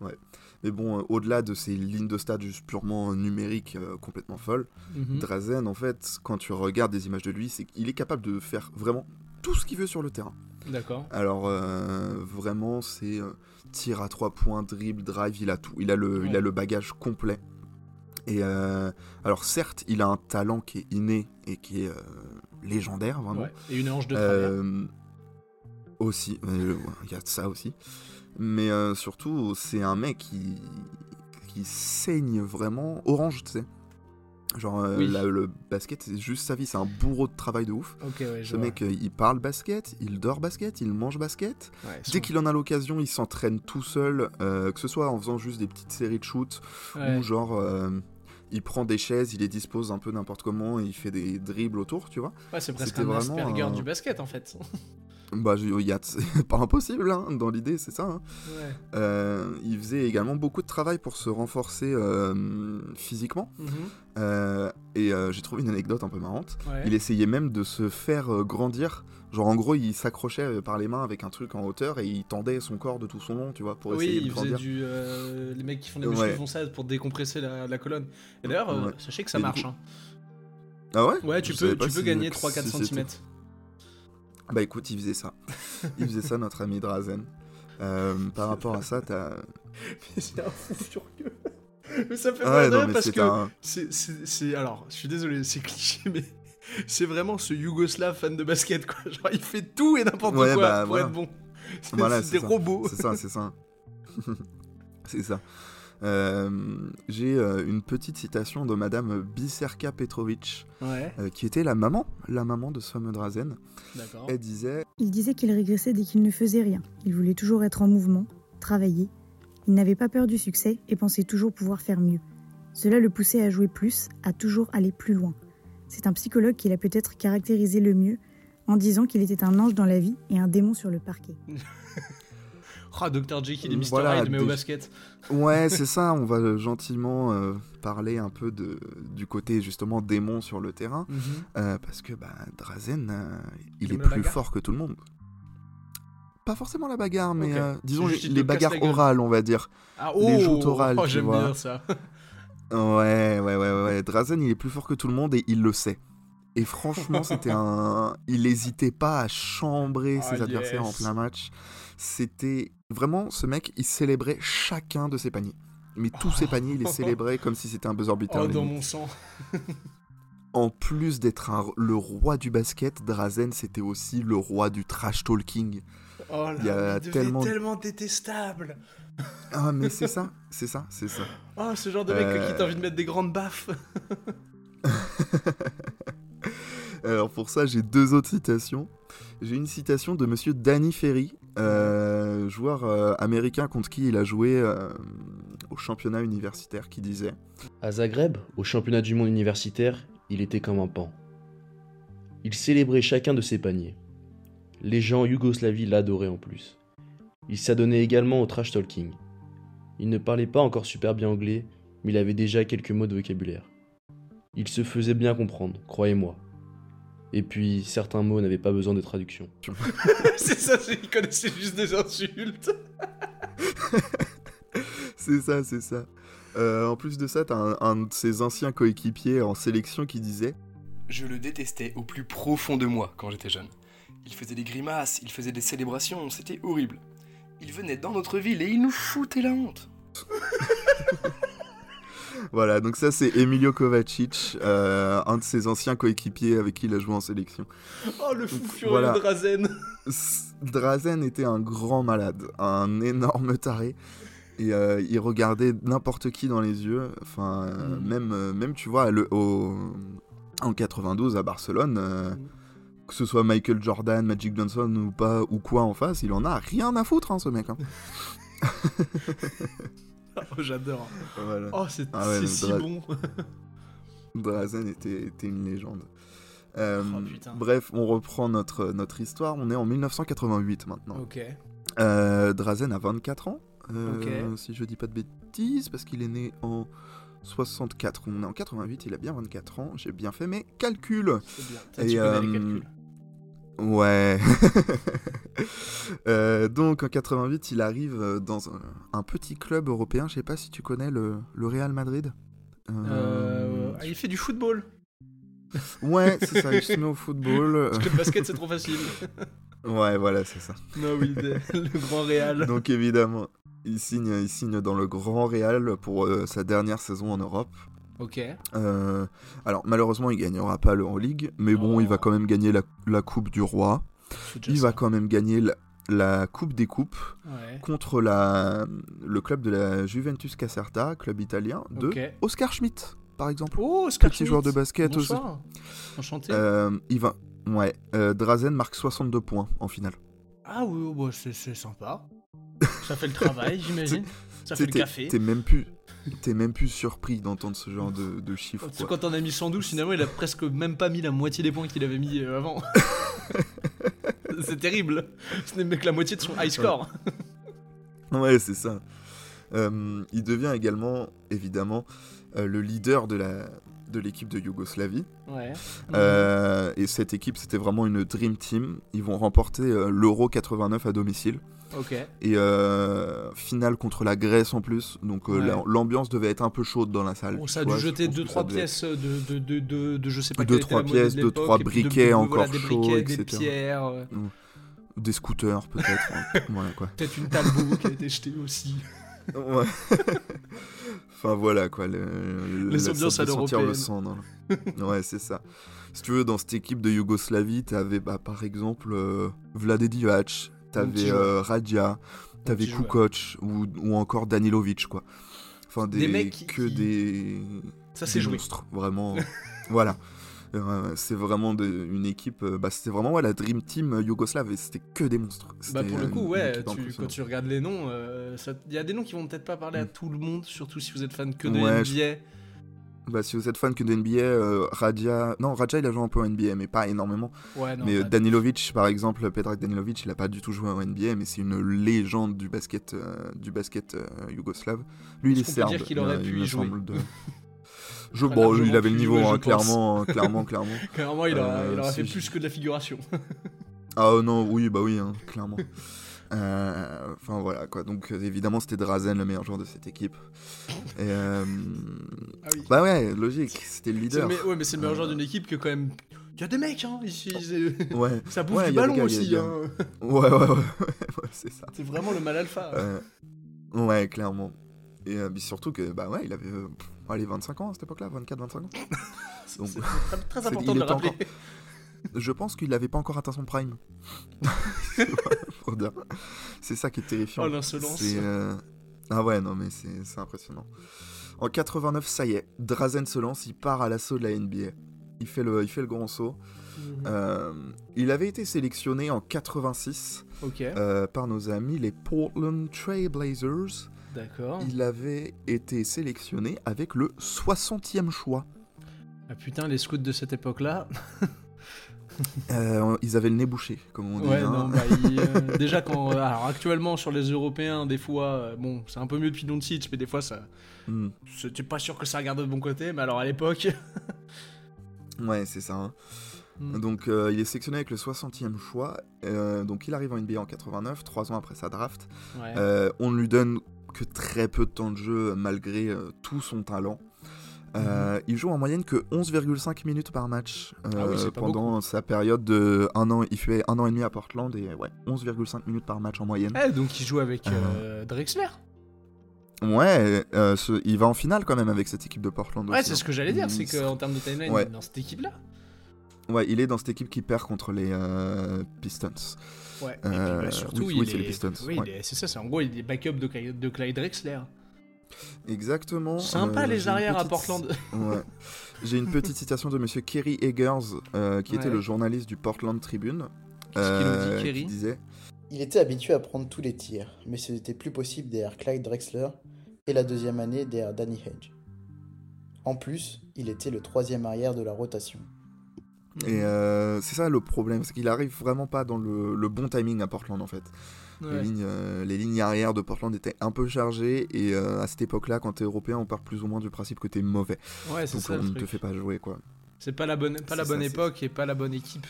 S2: Ouais. Mais bon, euh, au-delà de ces lignes de stade juste purement euh, numériques euh, complètement folles,
S1: Mhm.
S2: Drazen, en fait, quand tu regardes des images de lui, c'est qu'il est capable de faire vraiment tout ce qu'il veut sur le terrain.
S1: D'accord.
S2: Alors euh, vraiment, c'est euh, tir à trois points, dribble, drive, il a tout, il a le, il a
S1: Ouais.
S2: le bagage complet. Et euh, alors certes, il a un talent qui est inné et qui est euh, légendaire vraiment.
S1: Ouais. Et une hanche de travers.
S2: Euh, aussi, euh, ouais, il y a de ça aussi. Mais euh, surtout, c'est un mec qui, qui saigne vraiment orange, tu sais. Genre, euh,
S1: Oui.
S2: là, le basket, c'est juste sa vie, c'est un bourreau de travail de ouf.
S1: Ok, ouais, je
S2: Ce
S1: vois.
S2: mec, euh, il parle basket, il dort basket, il mange basket.
S1: Ouais,
S2: Dès qu'il en a l'occasion, il s'entraîne tout seul, euh, que ce soit en faisant juste des petites séries de shoot
S1: son- ouais.
S2: ou genre euh, il prend des chaises, il les dispose un peu n'importe comment et il fait des dribbles autour, tu vois.
S1: Ouais, c'est presque
S2: c'était
S1: un
S2: vraiment
S1: Asperger
S2: un-
S1: du basket en fait.
S2: Bah, je- il y a- c'est pas impossible hein, dans l'idée, c'est ça. hein.
S1: ouais.
S2: Euh, il faisait également beaucoup de travail pour se renforcer euh, physiquement.
S1: Mhm.
S2: Euh, et euh, j'ai trouvé une anecdote un peu marrante.
S1: Ouais.
S2: Il essayait même de se faire euh, grandir. Genre en gros, il s'accrochait euh, par les mains avec un truc en hauteur et il tendait son corps de tout son long, tu vois, pour
S1: oui,
S2: essayer de
S1: il faisait
S2: grandir.
S1: du. euh, les mecs qui font des muscles
S2: Ouais.
S1: font ça pour décompresser la, la colonne. Et d'ailleurs, euh,
S2: Ouais.
S1: sachez que ça
S2: Et du
S1: marche.
S2: coup-
S1: hein.
S2: Ah ouais
S1: Ouais, tu
S2: Je
S1: peux,
S2: savais pas
S1: tu peux
S2: si-
S1: gagner
S2: que
S1: 3-4
S2: si c'était-
S1: cm.
S2: Bah écoute, il faisait ça. Il faisait ça, notre ami Drazen. Euh, par rapport à ça, t'as.
S1: c'est un fou furieux. Mais ça fait
S2: Ah
S1: mal
S2: ouais,
S1: de
S2: non,
S1: rire Bah
S2: mais
S1: parce
S2: c'est
S1: que
S2: un.
S1: C'est- C'est. c'est- Alors, je suis désolé, c'est cliché, mais c'est vraiment ce Yougoslave fan de basket, quoi. Genre, il fait tout et n'importe
S2: Ouais,
S1: quoi
S2: bah,
S1: pour
S2: voilà.
S1: être bon. C'est
S2: Voilà,
S1: c'est
S2: c'est
S1: des
S2: ça.
S1: robots.
S2: C'est ça, c'est ça. c'est ça. Euh, J'ai euh, une petite citation de Madame Biserka Petrovic,
S1: Ouais,
S2: euh, qui était la maman, la maman de ce fameux Drazen.
S1: d'accord.
S2: Elle disait
S4: Il disait qu'il régressait dès qu'il ne faisait rien. Il voulait toujours être en mouvement, travailler. Il n'avait pas peur du succès et pensait toujours pouvoir faire mieux. Cela le poussait à jouer plus, à toujours aller plus loin. C'est un psychologue qui l'a peut-être caractérisé le mieux en disant qu'il était un ange dans la vie et un démon sur le parquet.
S1: Ah, Dr. Jekyll et Mr.
S2: Mmh, Voilà,
S1: Hyde, mais au
S2: des-
S1: basket.
S2: Ouais, c'est ça, on va euh, gentiment euh, parler un peu de, du côté justement démon sur le terrain,
S1: Mhm.
S2: euh, parce que bah, Drazen, euh, il
S1: Aime
S2: est
S1: la
S2: plus
S1: bagarre
S2: fort que tout le monde. Pas forcément la bagarre, mais
S1: Ok.
S2: euh, disons
S1: Juste, il te
S2: les
S1: casse la
S2: bagarres
S1: gueule.
S2: orales, on va dire.
S1: Ah, oh,
S2: Les joutes orales,
S1: oh,
S2: tu
S1: j'aime
S2: vois.
S1: bien ça.
S2: Ouais, ouais, ouais, ouais, ouais. Drazen, il est plus fort que tout le monde et il le sait. Et franchement, c'était un. Il hésitait pas à chambrer
S1: Ah,
S2: ses adversaires en
S1: yes.
S2: plein match. C'était. Vraiment, ce mec, il célébrait chacun de ses paniers. Mais tous ses paniers, il les célébrait comme si c'était un buzzer beater.
S1: Oh, dans
S2: limite.
S1: mon sang.
S2: En plus d'être un- le roi du basket, Drazen, c'était aussi le roi du trash talking.
S1: Oh là,
S2: Il y a
S1: il devait
S2: tellement-
S1: tellement détestable.
S2: Ah, mais c'est ça, c'est ça, c'est ça.
S1: Oh, ce genre de mec à qui
S2: Euh.
S1: t'as envie de mettre des grandes baffes.
S2: Alors pour ça, j'ai deux autres citations. J'ai une citation de monsieur Danny Ferry, euh, joueur euh, américain contre qui il a joué euh, au championnat universitaire, qui disait
S5: À Zagreb, au championnat du monde universitaire, il était comme un pan. Il célébrait chacun de ses paniers. Les gens en Yougoslavie l'adoraient en plus. Il s'adonnait également au trash talking. Il ne parlait pas encore super bien anglais, mais il avait déjà quelques mots de vocabulaire. Il se faisait bien comprendre, croyez-moi. Et puis, certains mots n'avaient pas besoin de traduction.
S1: c'est ça, c'est- il connaissait juste des insultes.
S2: C'est ça, c'est ça. Euh, en plus de ça, t'as un, un de ses anciens coéquipiers en sélection qui disait
S6: Je le détestais au plus profond de moi quand j'étais jeune. Il faisait des grimaces, il faisait des célébrations, c'était horrible. Il venait dans notre ville et il nous foutait la honte.
S2: Voilà, donc ça c'est Emilio Kovacic, euh, un de ses anciens coéquipiers avec qui il a joué en sélection.
S1: Oh, le fou
S2: Donc,
S1: furieux
S2: voilà.
S1: de Drazen.
S2: S- Drazen était un grand malade, un énorme taré. Et euh, il regardait n'importe qui dans les yeux. Enfin, euh,
S1: Mm.
S2: même, euh, même, tu vois, le- au- en 92 à Barcelone, euh,
S1: Mm.
S2: que ce soit Michael Jordan, Magic Johnson ou pas, ou quoi en face, il en a rien à foutre, hein, ce mec. hein.
S1: Oh, j'adore.
S2: Voilà.
S1: Oh, c'est
S2: Ah ouais,
S1: c'est
S2: le
S1: si
S2: Dra-
S1: bon.
S2: Drazen était, était une légende. Euh,
S1: Oh, putain.
S2: bref, on reprend notre, notre histoire. On est en 1988 maintenant.
S1: ok.
S2: Euh, Drazen a 24 ans, euh,
S1: Ok.
S2: si je dis pas de bêtises, parce qu'il est né en 64. On est en 88, il a bien 24 ans. J'ai bien fait mes calculs.
S1: C'est bien. T'as-
S2: Et,
S1: Ah, Tu connais les
S2: euh,
S1: calculs.
S2: Ouais. Euh, donc en 88, il arrive euh, dans un, un petit club européen. Je sais pas si tu connais le, le Real Madrid. Euh,
S1: Euh, ah, il fait du football.
S2: Ouais, c'est ça. Il se met au football. euh,
S1: Parce que le basket, c'est trop facile.
S2: Ouais, voilà, c'est ça.
S1: non, oui, le le grand Real.
S2: Donc évidemment, il signe, il signe dans le Grand Real pour euh, sa dernière saison en Europe.
S1: Ok.
S2: Euh, alors malheureusement, il gagnera pas l'Euroleague, mais bon,
S1: Oh.
S2: il va quand même gagner la, la Coupe du Roi.
S1: C'est déjà
S2: Il va
S1: ça.
S2: quand même gagner la, la Coupe des Coupes
S1: Ouais.
S2: contre la, le club de la Juventus Caserta, club italien, de
S1: Ok.
S2: Oscar Schmidt, par exemple.
S1: Oh, Oscar
S2: Petit joueur de
S1: Schmidt.
S2: basket aussi.
S1: Bonsoir. Enchanté.
S2: Euh, il va... Ouais, euh, Drazen marque 62 points en finale.
S1: Ah oui, oui, bah, c'est c'est sympa. Ça fait le travail, j'imagine. Ça fait le
S2: T'es-
S1: café.
S2: T'es même plus... T'es même plus surpris d'entendre ce genre de, de chiffres.
S1: C'est
S2: quoi.
S1: quand on a mis 112, finalement, il a presque même pas mis la moitié des points qu'il avait mis euh, avant. c'est terrible. Ce n'est même que la moitié de son high score.
S2: Ouais, c'est ça. Euh, il devient également, évidemment, euh, le leader de la de l'équipe de Yougoslavie.
S1: Ouais.
S2: Euh, et cette équipe, c'était vraiment une dream team. Ils vont remporter euh, l'Euro 89 à domicile.
S1: Ok.
S2: Et euh, finale contre la Grèce en plus. Donc euh,
S1: Ouais.
S2: la- l'ambiance devait être un peu chaude dans la salle.
S1: Bon,
S2: tu
S1: ça a
S2: vois,
S1: dû
S2: je
S1: jeter
S2: pense que
S1: 2-3
S2: ça devait être-
S1: pièces de, de, de, de, de je sais pas
S2: Deux,
S1: quelle était la
S2: trois
S1: mode
S2: pièces,
S1: de
S2: deux,
S1: l'époque,
S2: trois
S1: et puis de-
S2: briquets
S1: de-
S2: encore
S1: voilà, des
S2: chauds,
S1: briquets, des
S2: etc..
S1: pierres, euh,
S2: Des scooters peut-être. hein. voilà quoi.
S1: peut-être une talbot qui a été jetée aussi.
S2: Ouais. enfin voilà quoi. Le,
S1: Les
S2: la-
S1: ambiances
S2: ça fait
S1: à
S2: sentir
S1: l'européenne.
S2: le sang. dans le- ouais, c'est ça. Si tu veux, dans cette équipe de Yougoslavie, t'avais bah, par exemple euh, Vlade Divac,
S1: petit
S2: t'avais
S1: joueur.
S2: euh, Radja, t'avais
S1: petit joueur.
S2: Kukoc ou, ou encore Danilovic quoi. Enfin des,
S1: Des mecs qui-
S2: que
S1: qui-
S2: des,
S1: Ça
S2: des
S1: s'est joué.
S2: monstres vraiment. voilà. Euh, c'est vraiment de- une équipe. euh, Bah, c'était vraiment ouais, la Dream Team euh, yougoslave et c'était que des monstres.
S1: Bah
S2: C'était,
S1: pour
S2: euh,
S1: le coup,
S2: une
S1: ouais,
S2: équipe
S1: tu, quand
S2: impressionnante. Mm.
S1: tu regardes les noms, euh, il y a des noms qui vont peut-être pas parler à tout le monde, surtout si vous êtes fan que de
S2: Ouais, je-
S1: NBA.
S2: Bah, si vous êtes fan que de NBA, euh, Radja. Non, Radja, il a joué un peu en NBA, mais pas énormément.
S1: Ouais, non,
S2: mais euh,
S1: bah,
S2: Danilovic, par exemple, Pedrag Danilovic, il a pas du tout joué en NBA, mais c'est une légende du basket, euh, du basket euh, yougoslave. Lui, il est
S1: Est-ce qu'on peut
S2: serbe.
S1: dire qu'il aurait
S2: euh,
S1: pu
S2: il
S1: y
S2: me
S1: jouer
S2: semble de- Je,
S1: Très
S2: bon,
S1: largement
S2: il avait le
S1: pu
S2: niveau,
S1: jouer, je
S2: hein,
S1: pense.
S2: clairement, clairement, clairement.
S1: clairement, il aura,
S2: euh,
S1: il aura
S2: si
S1: fait
S2: je-
S1: plus que de la figuration.
S2: Ah oh non, oui, bah oui, hein, clairement. Euh, Enfin voilà quoi. Donc euh, évidemment, c'était Drazen le meilleur joueur de cette équipe. Et, euh,
S1: Ah oui.
S2: Bah ouais, logique. C'était le
S1: C'est le
S2: leader.
S1: me- ouais, mais c'est le meilleur
S2: Euh,
S1: joueur d'une équipe que quand même. Il y a des mecs, hein. ils- ils-
S2: Ouais,
S1: Ça bouffe
S2: Ouais,
S1: du
S2: y a des
S1: ballon
S2: gars, y a-
S1: aussi.
S2: y a-
S1: hein.
S2: ouais, ouais, ouais, ouais, ouais, c'est ça.
S1: C'est vraiment le mal alpha.
S2: Euh, ouais, clairement. Et euh, puis surtout que, bah ouais, il avait euh, pff, allez, 25 ans à cette époque-là, 24-25 ans.
S1: C'est
S2: donc,
S1: c'est très, très
S2: c'est-
S1: important
S2: il
S1: de le
S2: était
S1: rappeler.
S2: Je pense qu'il n'avait pas encore atteint son prime. Pour dire. c'est ça qui est terrifiant.
S1: Oh l'insolence.
S2: C'est, euh, Ah ouais, non, mais c'est c'est impressionnant. En 89, ça y est, Drazen se lance, il part à l'assaut de la NBA. Il fait le, il fait le grand saut. Euh, il avait été sélectionné en 86
S1: Ok,
S2: euh, par nos amis les Portland Trail Blazers.
S1: d'accord.
S2: Il avait été sélectionné avec le 60e choix.
S1: Ah putain, les scouts de cette époque-là.
S2: Euh, ils avaient le nez bouché, comme on dit.
S1: Ouais,
S2: hein.
S1: non, bah, ils, euh, déjà quand. euh, alors actuellement, sur les Européens, des fois, euh, bon, c'est un peu mieux depuis Doncic, mais des fois, ça.
S2: Hmm.
S1: C'était pas sûr que ça regarde de bon côté, mais alors à l'époque.
S2: Ouais, c'est ça. hein.
S1: Mm.
S2: Donc, euh, il est sélectionné avec le 60e choix. Euh, donc, il arrive en NBA en 89, trois ans après sa draft.
S1: Ouais.
S2: Euh, on ne lui donne que très peu de temps de jeu, malgré euh, tout son talent. Euh, Il joue en moyenne que 11,5 minutes par match euh,
S1: Mm-hmm. Ah oui, c'est pas
S2: pendant sa période de un an. Il fait un an et demi à Portland et ouais, 11,5 minutes par match en moyenne.
S1: Eh, donc il joue avec euh, Drexler.
S2: Ouais, euh, ce- il va en finale quand même avec cette équipe de Portland.
S1: Ouais,
S2: aussi,
S1: c'est
S2: hein.
S1: ce que j'allais dire, c'est
S2: Il-
S1: qu'en termes de timeline,
S2: Ouais.
S1: dans cette équipe-là.
S2: Ouais, il est dans cette équipe qui perd contre les euh, Pistons.
S1: Ouais, et
S2: Euh,
S1: puis, bah, surtout,
S2: oui,
S1: il
S2: oui, c'est
S1: est.
S2: les Pistons,
S1: oui, il
S2: ouais.
S1: est- c'est ça, c'est en gros, il est backup de, Clyde- de Clyde Drexler.
S2: Exactement.
S1: Sympa
S2: euh, j'ai
S1: les
S2: une
S1: arrières à
S2: petite-
S1: Portland.
S2: Ouais. J'ai une petite citation de monsieur Kerry Eggers, euh, qui était
S1: Ouais.
S2: le journaliste du Portland Tribune. euh,
S1: Qu'est-ce qu'il nous dit,
S2: qui
S1: Kerry
S2: disait
S7: Il était habitué à prendre tous les tirs, mais ce n'était plus possible derrière Clyde Drexler et la deuxième année derrière Danny Hedge. En plus, il était le troisième arrière de la rotation.
S2: Et euh, c'est ça le problème, c'est qu'il arrive vraiment pas dans le, le bon timing à Portland en fait. Les,
S1: Ouais.
S2: lignes, euh, les lignes arrières de Portland étaient un peu chargées et euh, à cette époque-là, quand t'es européen, on part plus ou moins du principe que t'es mauvais.
S1: Ouais, c'est
S2: Donc
S1: ça
S2: on
S1: le
S2: ne
S1: truc.
S2: te fait pas jouer quoi.
S1: C'est pas la bonne, pas la
S2: C'est
S1: bonne
S2: ça, c'est-
S1: époque et pas la bonne équipe.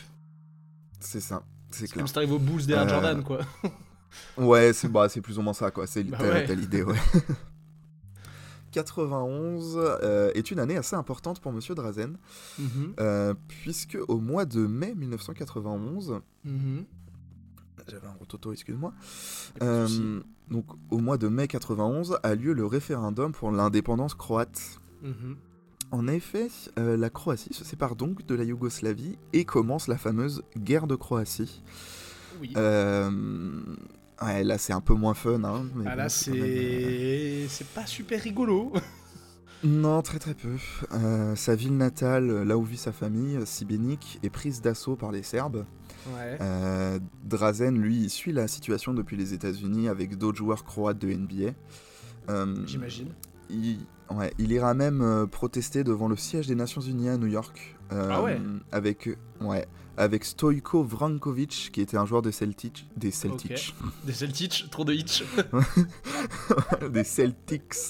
S2: C'est ça, c'est
S1: C'est
S2: clair.
S1: comme si t'arrives aux Bulls derrière
S2: Euh,
S1: Jordan, quoi.
S2: Ouais, c'est bah, c'est plus ou moins ça, quoi. C'est
S1: Bah
S2: t'as-
S1: ouais.
S2: t'as l'idée, ouais. 91 euh, est une année assez importante pour Monsieur Drazen,
S1: Mhm,
S2: euh, puisque au mois de mai 1991,
S1: mhm.
S2: j'avais un rototo, excuse-moi,
S1: Y a pas de souci.
S2: Euh, donc au mois de mai 91 a lieu le référendum pour l'indépendance croate.
S1: Mhm.
S2: En effet, euh, la Croatie se sépare donc de la Yougoslavie et commence la fameuse guerre de Croatie.
S1: Oui.
S2: Euh, ouais, là c'est un peu moins fun, hein. mais
S1: ah là,
S2: bon, quand même, euh,
S1: c'est. C'est pas super rigolo.
S2: Non, très très peu. Euh, sa ville natale, là où vit sa famille, Sibénik, est prise d'assaut par les Serbes.
S1: Ouais.
S2: Euh, Drazen, lui, il suit la situation depuis les États-Unis avec d'autres joueurs croates de NBA. Euh,
S1: J'imagine.
S2: Il, ouais, il ira même euh, protester devant le siège des Nations Unies à New York. euh,
S1: Ah ouais
S2: Avec, ouais, avec Stojko Vrankovic, qui était un joueur des Celtics. Des Celtics.
S1: Des Celtics, trop de hitch.
S2: des Celtics.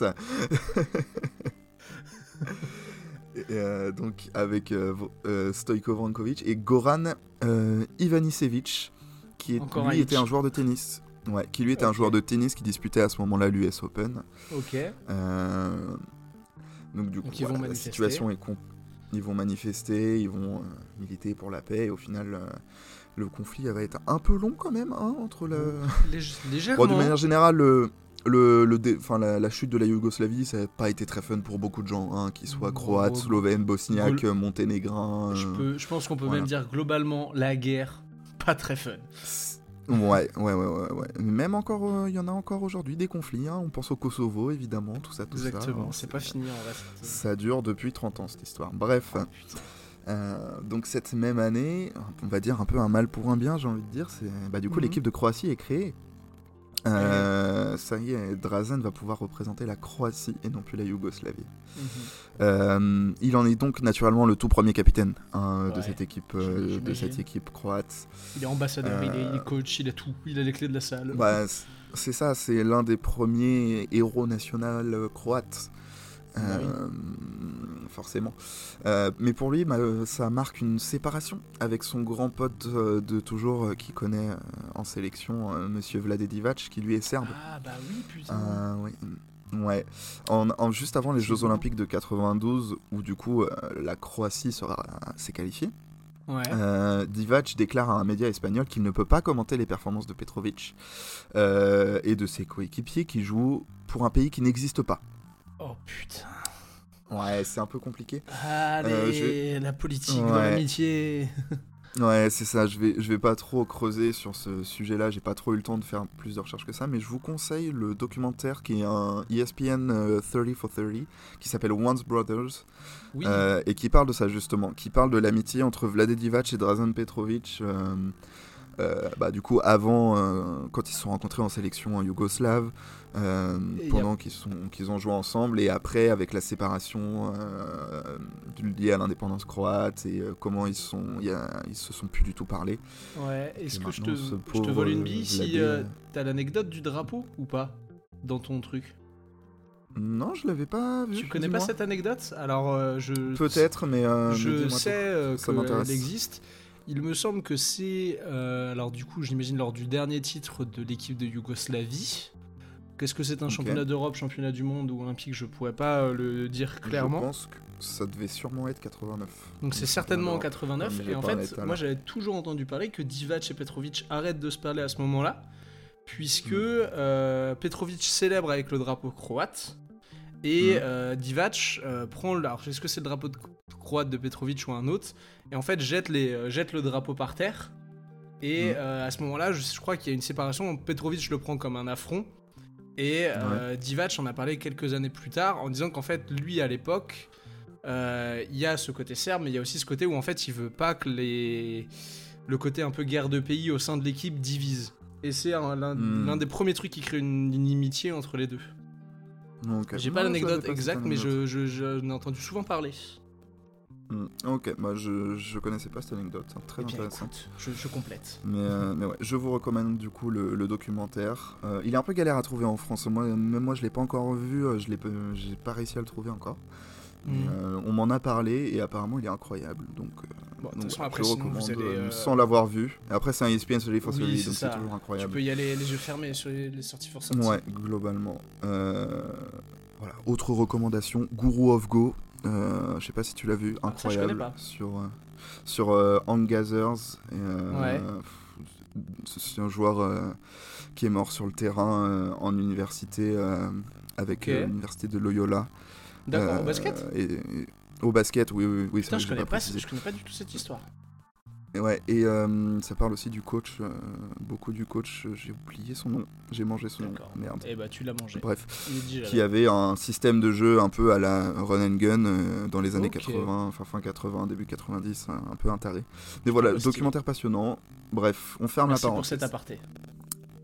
S2: Et, euh, donc avec euh, Vo- euh, Stojko Vrankovic et Goran euh, Ivanisevic, qui est-
S1: Encore un
S2: lui était
S1: Hitch.
S2: un joueur de tennis. Ouais, qui lui était un
S1: Ok.
S2: joueur de tennis qui disputait à ce moment-là l'US Open.
S1: Ok.
S2: Euh, donc du coup,
S1: Donc, ils vont
S2: voilà, la
S1: manifester.
S2: situation est con. Ils vont manifester, ils vont euh, militer pour la paix. Et au final, euh, le conflit va être un peu long quand même hein, entre le.
S1: Mmh. Lég-
S2: Bon,
S1: légèrement.
S2: de manière générale, le, le, le dé- enfin, la, la chute de la Yougoslavie, ça n'a pas été très fun pour beaucoup de gens, hein, qu'ils soient
S1: Bon,
S2: croates,
S1: bon,
S2: slovènes, bosniaques,
S1: Gol-
S2: euh, monténégrins.
S1: je,
S2: euh,
S1: peux, je pense qu'on peut
S2: voilà.
S1: même dire globalement la guerre, pas très fun.
S2: s- Ouais, ouais, ouais, ouais, ouais. Même encore, euh, il y en a encore aujourd'hui des conflits. hein. On pense au Kosovo, évidemment, tout ça, tout ça.
S1: Exactement,
S2: hein,
S1: c'est pas fini en reste.
S2: Ça dure depuis 30 ans cette histoire.
S1: Oh,
S2: Bref. Euh, donc cette même année, on va dire un peu un mal pour un bien, j'ai envie de dire. C'est bah, du coup
S1: Mhm.
S2: l'équipe de Croatie est créée. Euh, ça y est, Drazen va pouvoir représenter la Croatie et non plus la Yougoslavie.
S1: Mhm.
S2: Euh, il en est donc naturellement le tout premier capitaine hein, de
S1: Ouais,
S2: cette équipe,
S1: j'im-
S2: euh, de
S1: j'imagine.
S2: cette équipe croate.
S1: Il est ambassadeur, il, est, il est
S2: Euh,
S1: coach, il a tout, il a les clés de la salle.
S2: Bah, c- c'est ça, c'est l'un des premiers héros national euh, croates. Euh, forcément. Euh, mais pour lui, bah, euh, ça marque une séparation avec son grand pote euh, de toujours euh, qui connaît euh, en sélection, euh, Monsieur Vlade Divac, qui lui est serbe.
S1: ah bah oui, putain.
S2: Euh, oui. Ouais. En, en- juste avant les
S1: C'est
S2: Jeux
S1: bon.
S2: Olympiques de 92, où du coup euh, la Croatie sera euh, s'est qualifiée,
S1: ouais.
S2: euh, Divac déclare à un média espagnol qu'il ne peut pas commenter les performances de Petrovic euh, et de ses coéquipiers qui jouent pour un pays qui n'existe pas.
S1: Oh putain.
S2: Ouais, c'est un peu compliqué.
S1: Allez,
S2: Euh, je-
S1: la politique dans
S2: Ouais.
S1: l'amitié.
S2: Ouais, c'est ça. Je vais, je vais pas trop creuser sur ce sujet-là. J'ai pas trop eu le temps de faire plus de recherches que ça, mais je vous conseille le documentaire qui est un ESPN euh, 30 for 30 qui s'appelle Once Brothers
S1: Oui,
S2: euh, et qui parle de ça justement, qui parle de l'amitié entre Vlade Divac et Drazen Petrovic. euh, euh, bah, du coup, avant, euh, quand ils se sont rencontrés en sélection en Yougoslave, euh,
S1: Et y a-
S2: pendant qu'ils sont- qu'ils ont joué ensemble, et après avec la séparation euh, liée à l'indépendance croate et euh, comment ils, sont, il y a- ils se sont plus du tout parlé.
S1: ouais. Est-ce
S2: Et
S1: que je te,
S2: maintenant, ce
S1: je te
S2: pauvre
S1: vole une bille
S2: Vladé,
S1: si euh,
S2: euh,
S1: t'as l'anecdote du drapeau ou pas dans ton truc
S2: Non, je l'avais pas vu.
S1: Tu connais pas
S2: dis-moi.
S1: cette anecdote Alors, euh, je.
S2: Peut-être, mais. euh, mais
S1: je
S2: dis-moi
S1: sais euh,
S2: Ça
S1: qu'elle
S2: m'intéresse.
S1: existe. Il me semble que c'est, euh, alors du coup, j'imagine lors du dernier titre de l'équipe de Yougoslavie. Qu'est-ce que c'est un
S2: Ok.
S1: championnat d'Europe, championnat du monde ou olympique Je pourrais pas euh, le dire
S2: tout. Je
S1: clairement.
S2: pense que ça devait sûrement être 89.
S1: Donc c'est certainement en
S2: Alors,
S1: 89.
S2: comme je
S1: Et en
S2: parlais
S1: fait,
S2: tout à
S1: moi
S2: l'heure.
S1: j'avais toujours entendu parler que Divac et Petrovic arrêtent de se parler à ce moment-là, puisque euh, Petrovic célèbre avec le drapeau croate, et
S2: Mhm.
S1: euh, Divac euh, prend le... Alors est-ce que c'est le drapeau de- croate de Petrovic ou un autre Et en fait jette, les, euh, jette le drapeau par terre. Et
S2: Mhm.
S1: euh, à ce moment-là, je, je crois qu'il y a une séparation. Petrovic le prend comme un affront. Et euh, Divac en a parlé quelques années plus tard en disant qu'en fait, lui à l'époque, euh, il y a ce côté serbe, mais il y a aussi ce côté où en fait il veut pas que les... le côté un peu guerre de pays au sein de l'équipe divise. Et c'est un- l'un
S2: Hmm.
S1: l'un des premiers trucs qui crée une, une inimitié entre les deux.
S2: Donc, euh,
S1: J'ai
S2: non,
S1: pas
S2: je
S1: l'anecdote
S2: savais pas cette
S1: exacte, mais
S2: anecdote.
S1: je, je, je n'ai entendu souvent parler.
S2: Hmm, Ok, moi je, je connaissais pas cette anecdote. hein, Très
S1: Eh bien
S2: intéressant.
S1: écoute, je, je complète.
S2: Mais, euh, mais ouais, je vous recommande du coup le, le documentaire. Euh, il est un peu galère à trouver en France. Moi, même moi, je l'ai pas encore vu. euh, Je l'ai, pas- j'ai pas réussi à le trouver encore. Mais,
S1: Hmm.
S2: euh, on m'en a parlé et apparemment, il est incroyable. Donc, euh,
S1: Bon, de toute
S2: donc,
S1: façon,
S2: ouais,
S1: après,
S2: je le
S1: sinon,
S2: recommande
S1: vous allez,
S2: euh,
S1: euh,
S2: sans l'avoir vu. Après, c'est un ESPN sur les
S1: Oui,
S2: Forces Vives,
S1: c'est
S2: donc
S1: ça.
S2: c'est toujours
S1: tu
S2: incroyable.
S1: peux y aller les yeux fermés sur les, les sorties forcées.
S2: Ouais, globalement. Euh, voilà. Autre recommandation, Guru of Go. Euh, je sais pas si tu l'as vu,
S1: Ah, ça, je connais
S2: incroyable.
S1: pas.
S2: Sur, euh, sur euh, Hangazers. Et, euh,
S1: Ouais.
S2: pff, C'est un joueur euh, qui est mort sur le terrain euh, en université euh, avec
S1: Ok.
S2: euh, l'université de Loyola.
S1: D'accord, au
S2: Euh,
S1: basket
S2: et- et- au basket, oui, oui, oui. ça,
S1: Putain, je
S2: j'ai
S1: connais, pas,
S2: précisé.
S1: je connais pas du tout cette histoire.
S2: Et ouais, et euh, ça parle aussi du coach, euh, beaucoup du coach, euh, j'ai oublié son nom, j'ai mangé son nom,
S1: D'accord.
S2: merde.
S1: Eh bah, tu l'as mangé.
S2: Bref,
S1: Il est digéré.
S2: qui avait un système de jeu un peu à la run and gun euh, dans les années
S1: Ok.
S2: 80, enfin fin 80, début 90, un, un peu un taré. Mais voilà,
S1: Oh, stylé.
S2: documentaire passionnant. Bref, on ferme
S1: Merci
S2: la
S1: pour
S2: parenthèse.
S1: cet aparté.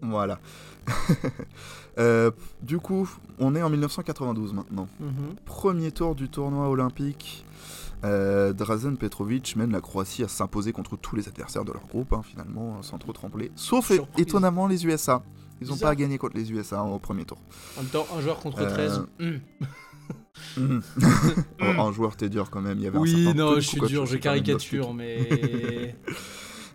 S2: Voilà. Euh, du coup, on est en 1992 maintenant.
S1: Mhm.
S2: Premier tour du tournoi olympique. Euh, Drazen Petrovic mène la Croatie à s'imposer contre tous les adversaires de leur groupe, hein, finalement, sans trop trembler. Sauf é-
S1: Surprise.
S2: étonnamment les USA. Ils n'ont
S1: Bizarre.
S2: pas gagné contre les USA hein, au premier tour.
S1: En même temps, un joueur contre
S2: Euh,
S1: 13. Hmm.
S2: Mhm. En- en joueur, t'es dur quand même. Il y avait un
S1: Mm. Oui,
S2: certain
S1: non, je
S2: Tony
S1: suis
S2: Kukoc,
S1: dur, je
S2: sais pas, même
S1: caricature,
S2: Bostic.
S1: mais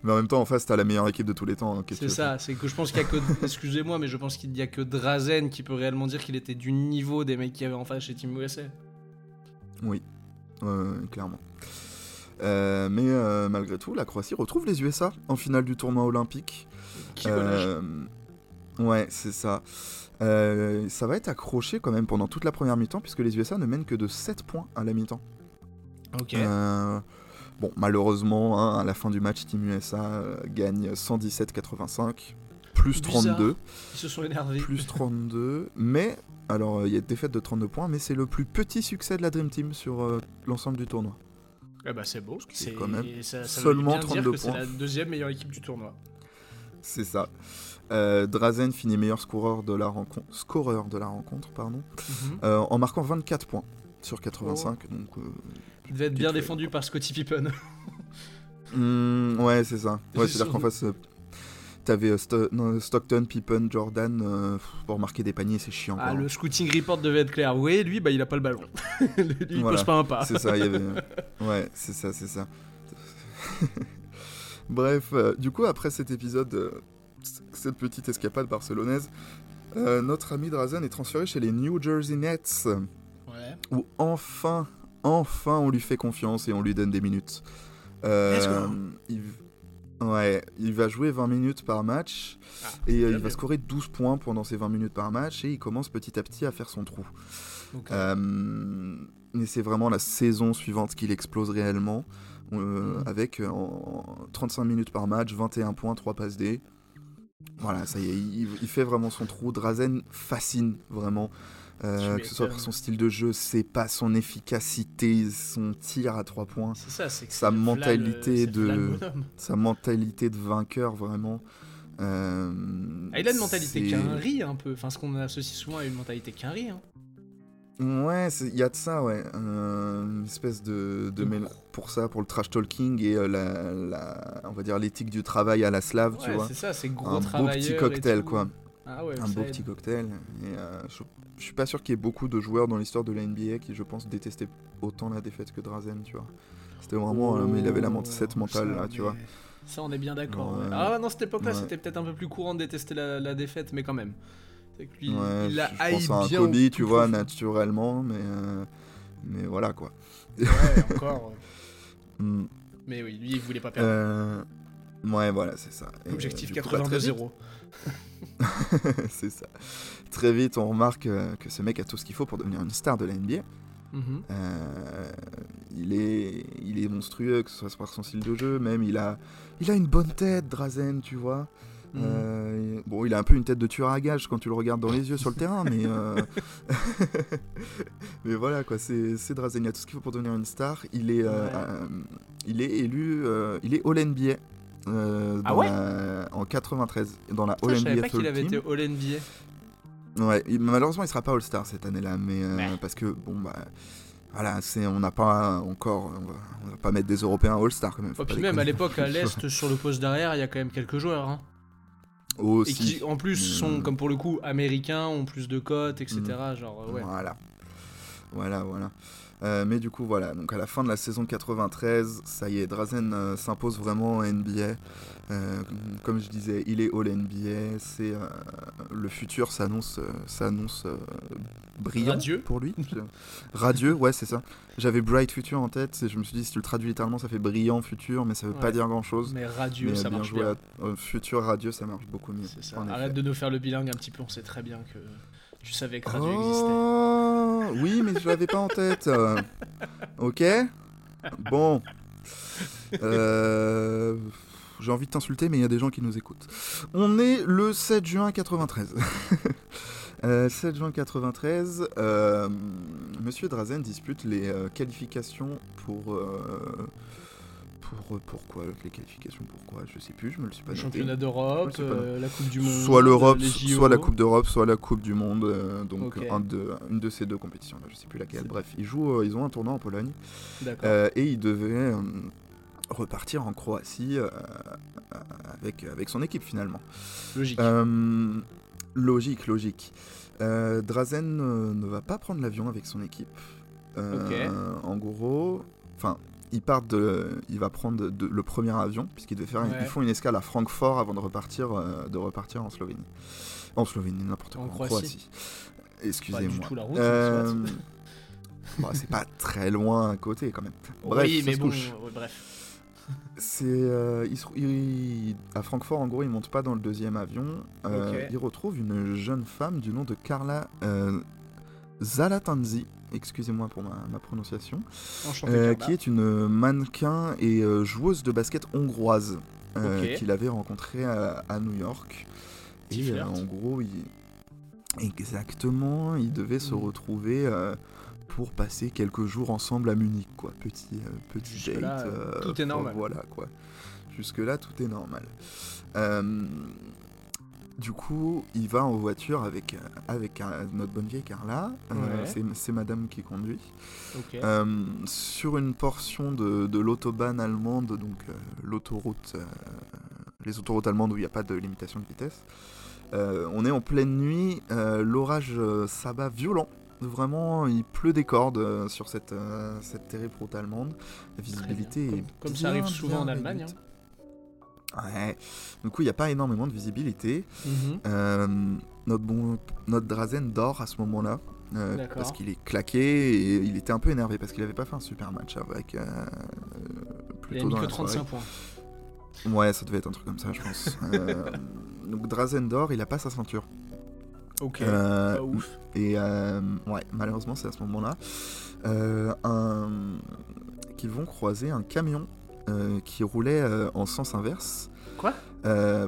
S2: Mais en même temps, en face, t'as la meilleure équipe de tous les temps. hein, qu'est-ce
S1: c'est
S2: que-
S1: ça. C'est que je pense qu'il y a que, excusez-moi, mais je pense qu'il y a que Drazen qui peut réellement dire qu'il était du niveau des mecs qu'il y avait en face chez Team USA.
S2: Euh, clairement. Euh, mais euh, malgré tout, la Croatie retrouve les USA en finale du tournoi olympique.
S1: Qui
S2: Euh, ouais, c'est ça. Euh, ça va être accroché quand même pendant toute la première mi-temps, puisque les USA ne mènent que de 7 points à la mi-temps.
S1: Ok.
S2: Euh, bon, malheureusement, hein, à la fin du match, Team USA euh, gagne 117-85, plus
S1: Bizarre.
S2: 32.
S1: Ils se sont énervés.
S2: plus 32. Mais, alors euh, il y a une défaite de 32 points, mais c'est le plus petit succès de la Dream Team sur euh, l'ensemble du tournoi.
S1: Eh bah, c'est beau.
S2: c'est
S1: C'est
S2: quand même
S1: et ça, ça veut
S2: seulement
S1: bien dire
S2: 32
S1: que c'est
S2: points.
S1: la deuxième meilleure équipe du tournoi.
S2: C'est ça. Euh, Drazen finit meilleur scoreur de la rencontre, scoreur de la rencontre pardon,
S1: Mhm.
S2: euh, en marquant 24 points sur 85. Donc,
S1: Il devait être
S2: Petite
S1: bien
S2: feuille,
S1: défendu par Scottie Pippen.
S2: euh, hmm, ouais, c'est ça. Ouais,
S1: C'est
S2: c'est-à-dire
S1: sûr.
S2: qu'en face, euh, t'avais euh, Sto- non, Stockton, Pippen, Jordan, euh, pour marquer des paniers, c'est chiant.
S1: Ah,
S2: quoi.
S1: le scouting report devait être clair. Oui, lui, bah, il a pas le ballon. lui, il
S2: Voilà.
S1: pose pas un pas.
S2: C'est ça, il y avait. Ouais, c'est ça, c'est ça. Bref, euh, du coup, après cet épisode, euh, c- cette petite escapade barcelonaise, euh, notre ami Drazen est transféré chez les New Jersey Nets, euh,
S1: Ouais.
S2: où enfin, enfin, on lui fait confiance et on lui donne des minutes. Euh,
S1: Let's go.
S2: il... Ouais, il va jouer 20 minutes par match
S1: Ah,
S2: et euh,
S1: déjà
S2: il
S1: bien.
S2: va scorer 12 points pendant ces 20 minutes par match et il commence petit à petit à faire son trou.
S1: Donc, euh,
S2: Euh, mais c'est vraiment la saison suivante qu'il explose réellement. euh,
S1: Mhm.
S2: avec euh, en 35 minutes par match, 21 points, 3 passes D. Voilà, ça y est, il, il fait vraiment son trou. Drazen fascine vraiment. euh,
S1: Tu
S2: que ce soit
S1: m'étonnes.
S2: par son style de jeu, ses pas, son efficacité, son tir à 3 points,
S1: C'est ça, c'est que
S2: Sa
S1: c'est v'là
S2: mentalité
S1: c'est v'là
S2: de-
S1: bonhomme.
S2: sa mentalité de vainqueur vraiment. Euh,
S1: Ah, il a une mentalité
S2: c'est-
S1: qu'un riz un peu. Enfin, ce qu'on associe souvent à une mentalité qu'un riz. Hein.
S2: Ouais, c'est- il y a de ça, ouais. Euh, une espèce de,
S1: De
S2: de mél- pour ça, pour le trash talking et euh, la, la- on va dire l'éthique du travail à la slave, tu
S1: Ouais,
S2: vois.
S1: c'est ça, c'est gros
S2: Un beau
S1: travailleur.
S2: petit
S1: et
S2: cocktail,
S1: tout.
S2: quoi.
S1: Ah ouais,
S2: Un
S1: ça
S2: beau
S1: aide.
S2: petit cocktail. Et, euh, je, je suis pas sûr qu'il y ait beaucoup de joueurs dans l'histoire de la NBA qui, je pense, détestaient autant la défaite que Drazen, tu vois. C'était vraiment, euh, mais il avait la ment- cette
S1: Oh,
S2: mentale,
S1: ça,
S2: là,
S1: on
S2: tu vois.
S1: est- Ça, on est bien d'accord. ouais.
S2: Ouais.
S1: Ah non, cette époque-là,
S2: Ouais.
S1: c'était peut-être un peu plus courant de détester la, la défaite, mais quand même. C'est que lui,
S2: Ouais,
S1: il a
S2: je
S1: haï
S2: pense à un
S1: bien.
S2: Kobe,
S1: au
S2: tu
S1: plus
S2: vois,
S1: profond.
S2: naturellement, mais, euh, mais voilà, quoi.
S1: Ouais, encore.
S2: Mm.
S1: Mais oui, lui, il voulait pas perdre.
S2: Euh, ouais, voilà, c'est ça. Et,
S1: Objectif
S2: du coup, bah, très vite,
S1: 82-0.
S2: c'est ça. Très vite, on remarque euh, que ce mec a tout ce qu'il faut pour devenir une star de la NBA.
S1: Mhm.
S2: Euh, il, est, il est monstrueux, que ce soit par son style de jeu, même il a, il a une bonne tête, Drazen, tu vois.
S1: Mhm.
S2: Euh, et- bon, il a un peu une tête de tueur à gage quand tu le regardes dans les yeux sur le terrain, mais, euh, mais voilà quoi, c'est c'est Drazen, il a tout ce qu'il faut pour devenir une star. Il est, euh,
S1: Ouais.
S2: euh, il est élu, euh, il est All NBA. euh,
S1: Ah
S2: dans
S1: ouais
S2: la- en 93 dans la
S1: Putain,
S2: All
S1: je savais
S2: NBA
S1: pas
S2: Third
S1: qu'il avait
S2: Team.
S1: été All NBA.
S2: Ouais, il- malheureusement, il sera pas All-Star cette année-là, mais euh,
S1: Ouais.
S2: parce que bon bah voilà, c'est on n'a pas encore on va, on va pas mettre des Européens All-Star quand même. faut
S1: Oh,
S2: pas
S1: puis même à
S2: déconner.
S1: l'époque, à l'Est, sur le poste d'arrière, il y a quand même quelques joueurs. hein. Et
S2: aussi.
S1: qui, en plus, sont,
S2: Mm.
S1: comme pour le coup, américains, ont plus de cotes, etc. Genre, Ah ouais.
S2: Voilà. Voilà, voilà. Euh, mais du coup, voilà. Donc à la fin de la saison 93, ça y est, Drazen euh, s'impose vraiment en NBA. Euh, comme je disais, il est All NBA. C'est euh, le futur s'annonce, euh, s'annonce euh, brillant
S1: Radieux.
S2: pour lui. Je- Radieux, ouais, c'est ça. J'avais Bright Future en tête. Et je me suis dit, si tu le traduis littéralement, ça fait brillant futur, mais ça veut pas
S1: Ouais.
S2: dire grand chose.
S1: Mais radieux,
S2: mais
S1: ça
S2: bien
S1: marche
S2: joué
S1: bien.
S2: à- euh, futur radieux, ça marche beaucoup mieux.
S1: C'est ça.
S2: en effet.
S1: Arrête de nous faire le bilingue un petit peu, on sait très bien que tu savais que Radio existait.
S2: Oh, oui, mais je l'avais pas en tête. Euh, Ok Bon. Euh, J'ai envie de t'insulter, mais il y a des gens qui nous écoutent. On est le 7 juin 93. Euh, 7 juin 93, euh, Monsieur Drazen dispute les euh, qualifications pour, euh, pour euh, pourquoi les qualifications pourquoi je sais plus, je me le suis pas
S1: Le
S2: noté.
S1: championnat d'Europe,
S2: Je sais pas.
S1: euh, la Coupe du Monde.
S2: Soit l'Europe,
S1: les JO.
S2: soit la Coupe d'Europe, soit la Coupe du Monde. euh, donc
S1: Ok.
S2: un de- une de ces deux compétitions, là, je sais plus laquelle. Bref, ils jouent, euh, ils ont un tournoi en Pologne
S1: D'accord.
S2: euh, et il devait euh, repartir en Croatie euh, euh, avec, avec son équipe finalement.
S1: Logique.
S2: Euh, logique, logique. Euh, Drazen euh, ne va pas prendre l'avion avec son équipe. Euh, En gros, enfin, il part de, il va prendre de- le premier avion puisqu'il devait faire, une-
S1: Ouais.
S2: ils font une escale à Francfort avant de repartir, euh, de repartir en Slovénie. En Slovénie, n'importe quoi.
S1: En
S2: En
S1: Croatie.
S2: Croatie.
S1: pas du
S2: Excusez-moi.
S1: tout la route.
S2: Euh,
S1: mais soit.
S2: bah, c'est pas très loin à côté quand même. Euh, Bref,
S1: oui,
S2: ça
S1: mais
S2: se
S1: bon,
S2: touche.
S1: ouais, bref.
S2: C'est euh, il se- il- à Francfort en gros il monte pas dans le deuxième avion. Euh,
S1: Ok.
S2: Il retrouve une jeune femme du nom de Carla euh, Zalatanzi. Excusez-moi pour ma, ma prononciation.
S1: Enchanté.
S2: Euh,
S1: Carla.
S2: qui est une mannequin et euh, joueuse de basket hongroise euh,
S1: Ok.
S2: qu'il avait rencontrée à, à New York.
S1: Petit
S2: Et euh,
S1: flirt.
S2: en gros, il... exactement, ils devaient se
S1: Mm.
S2: retrouver euh, pour passer quelques jours ensemble à Munich, quoi. Petit, euh, petit date.
S1: Jusque-là, euh, tout est
S2: enfin,
S1: normal.
S2: Voilà, quoi. Jusque-là, tout est normal. Euh, du coup, il va en voiture avec, avec euh, notre bonne vieille Carla. Euh,
S1: Ouais.
S2: c'est- C'est madame qui conduit.
S1: Ok.
S2: Euh, sur une portion de, de l'autobahn allemande, donc euh, l'autoroute, euh, les autoroutes allemandes où il n'y a pas de limitation de vitesse, euh, on est en pleine nuit, euh, l'orage euh, s'abat violent. Vraiment, il pleut des cordes euh, sur cette, euh, cette terrible route allemande. La visibilité
S1: Très
S2: est
S1: bien. Comme, comme ça arrive
S2: bien,
S1: souvent en
S2: bien
S1: Allemagne. hein.
S2: réduite. Ouais. Du coup, il n'y a pas énormément de visibilité.
S1: hein. Mhm.
S2: Euh, notre, bon, notre Drazen dort à ce moment-là. euh,
S1: D'accord.
S2: parce qu'il est claqué et il était un peu énervé parce qu'il avait pas fait un super match avec. euh, euh,
S1: Il a
S2: plutôt
S1: mis
S2: dans
S1: que
S2: la
S1: 35 points.
S2: soirée. Ouais, ça devait être un truc comme ça, je pense. Euh, donc Drazen dort, il a pas sa ceinture.
S1: Ok. Bah
S2: Euh,
S1: Pas ouf.
S2: et euh, ouais, malheureusement, c'est à ce moment-là euh, un... qu'ils vont croiser un camion euh, qui roulait euh, en sens inverse.
S1: Quoi
S2: Euh,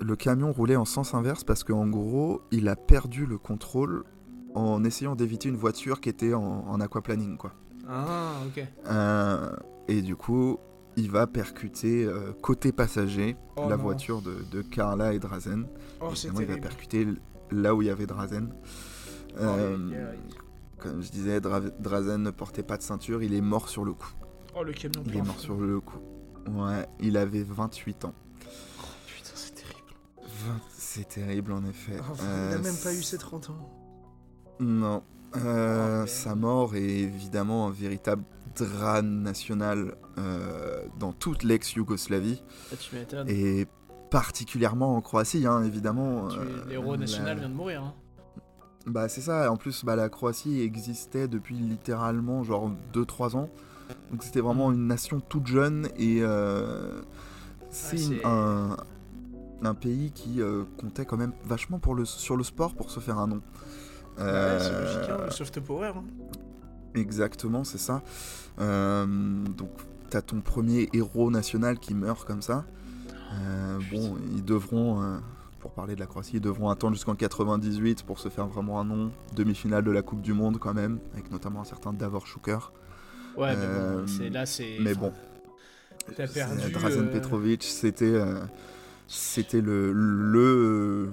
S2: Le camion roulait en sens inverse parce qu'en gros, il a perdu le contrôle en essayant d'éviter une voiture qui était en, en aquaplaning, quoi.
S1: Ah, ok.
S2: Euh, et du coup, il va percuter euh, côté passager
S1: Oh
S2: la
S1: non.
S2: voiture de, de Carla et Drazen.
S1: Oh,
S2: Et
S1: c'est
S2: finalement, il va
S1: terrible.
S2: percuter l- là où il y avait Drazen.
S1: Oh,
S2: Euh,
S1: aïe, aïe, aïe.
S2: Comme je disais, Dra- Drazen ne portait pas de ceinture, il est mort sur le coup.
S1: Oh, le camion.
S2: Il est mort sur le coup. Ouais, il avait 28 ans.
S1: Putain, c'est terrible.
S2: Vingt- C'est terrible en effet.
S1: Oh, il
S2: Euh,
S1: n'a même pas eu
S2: c-
S1: ses 30 ans.
S2: Non. Euh,
S1: Oh, merde.
S2: sa mort est évidemment un véritable drame national euh, dans toute l'ex-Yougoslavie.
S1: Ah, tu m'étonnes.
S2: et particulièrement en Croatie, hein, évidemment.
S1: Tu-
S2: euh,
S1: L'héros
S2: la-
S1: national vient de mourir. hein.
S2: Bah c'est ça, en plus bah, la Croatie existait depuis littéralement genre 2-3 ans, donc c'était vraiment
S1: Mm.
S2: une nation toute jeune et euh, c'est
S1: Ouais,
S2: une-
S1: c'est-
S2: un, un pays qui euh, comptait quand même vachement pour le, sur le sport pour se faire un nom.
S1: Ouais, c'est
S2: Euh,
S1: logique, hein, le soft power. hein.
S2: Exactement, c'est ça. Euh, donc, t'as ton premier héros national qui meurt comme ça. Euh, bon, ils devront, euh, pour parler de la Croatie, ils devront attendre jusqu'en 98 pour se faire vraiment un nom. Demi-finale de la Coupe du Monde quand même, avec notamment un certain Davor Šuker.
S1: Ouais, mais bon,
S2: euh,
S1: c'est- là, c'est.
S2: Mais bon,
S1: T'as
S2: c'est-
S1: perdu.
S2: Drazen
S1: euh,
S2: Petrovic, c'était, euh, c'était le le,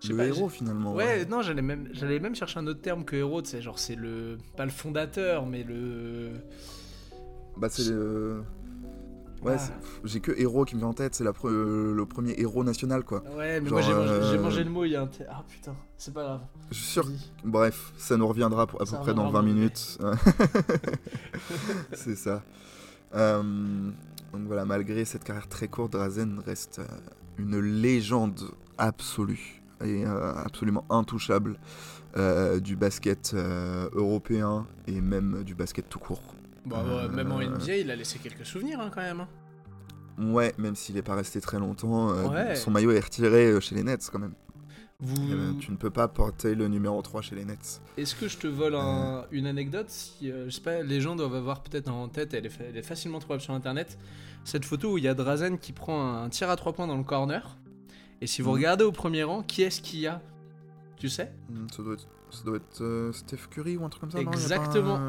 S1: Je sais
S2: le
S1: pas,
S2: héros finalement. hein.
S1: Ouais, non, j'allais même, j'allais même chercher un autre terme que héros, tu sais, genre c'est le. Pas le fondateur, mais le.
S2: Bah c'est le- Ouais,
S1: Ah.
S2: c'est- pff, j'ai que héros qui me vient en tête, c'est la pre- le premier héros national quoi.
S1: Ouais, mais moi j'ai
S2: Genre,
S1: mangé, j'ai
S2: euh,
S1: mangé le mot il y a un. t- Ah putain, c'est pas grave.
S2: Je suis sûr
S1: Vas-y.
S2: Bref, ça nous reviendra pour- à
S1: Ça
S2: peu près dans
S1: reviendra
S2: 20
S1: dans-
S2: minutes. c'est ça. Euh, donc voilà, malgré cette carrière très courte, Drazen reste euh, une légende absolue et euh, absolument intouchable euh, du basket euh, européen et même du basket tout court.
S1: Bon, ouais,
S2: Euh,
S1: même en NBA, il a laissé quelques souvenirs hein, quand même. hein.
S2: Ouais, même s'il n'est pas resté très longtemps, euh,
S1: Ouais. Mm.
S2: son maillot est retiré euh, chez les Nets quand même.
S1: Vous.
S2: Euh, tu ne peux pas porter le numéro 3 chez les Nets.
S1: Est-ce que je te vole
S2: Euh.
S1: un- une anecdote si, euh, Je sais pas, les gens doivent avoir peut-être en tête, elle est, fa- elle est facilement trouvable sur internet. Cette photo où il y a Drazen qui prend un tir à trois points dans le corner. Et si vous
S2: Mhm.
S1: regardez au premier rang, qui est-ce qu'il y a Tu sais
S2: Hmm, Ça doit être, ça doit être, euh, Steph Curry ou un truc comme ça. non, y a pas un-
S1: Exactement.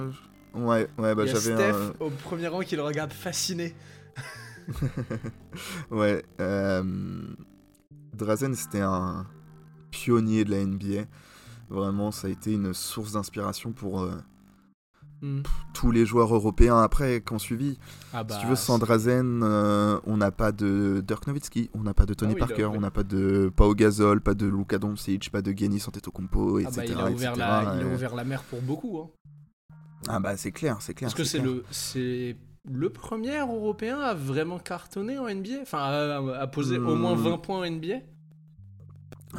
S2: Ouais, ouais, bah
S1: Il y a
S2: j'avais
S1: Steph
S2: un-
S1: au premier rang qui le regarde fasciné.
S2: Ouais. euh, Drazen, c'était un pionnier de la NBA. Vraiment, ça a été une source d'inspiration pour euh,
S1: Hmm.
S2: tous les joueurs européens après qui ont suivi.
S1: Ah
S2: si tu veux, sans
S1: c'est-
S2: Drazen, euh, on n'a pas de Dirk Nowitzki, on n'a pas de Tony
S1: Ah oui, il a
S2: Parker,
S1: ouvert-
S2: on n'a pas de Pau Gasol, pas de Luka Doncic, pas de Giannis Antetokounmpo, etc.
S1: Ah bah, il, a ouvert
S2: etc.,
S1: la, il a
S2: euh.
S1: ouvert la mer pour beaucoup. Hein.
S2: Ah bah c'est clair, c'est clair.
S1: Parce que c'est
S2: clair.
S1: le, c'est le premier Européen à vraiment cartonner en NBA. Enfin, à, à poser au moins
S2: Hmm.
S1: 20 points en NBA.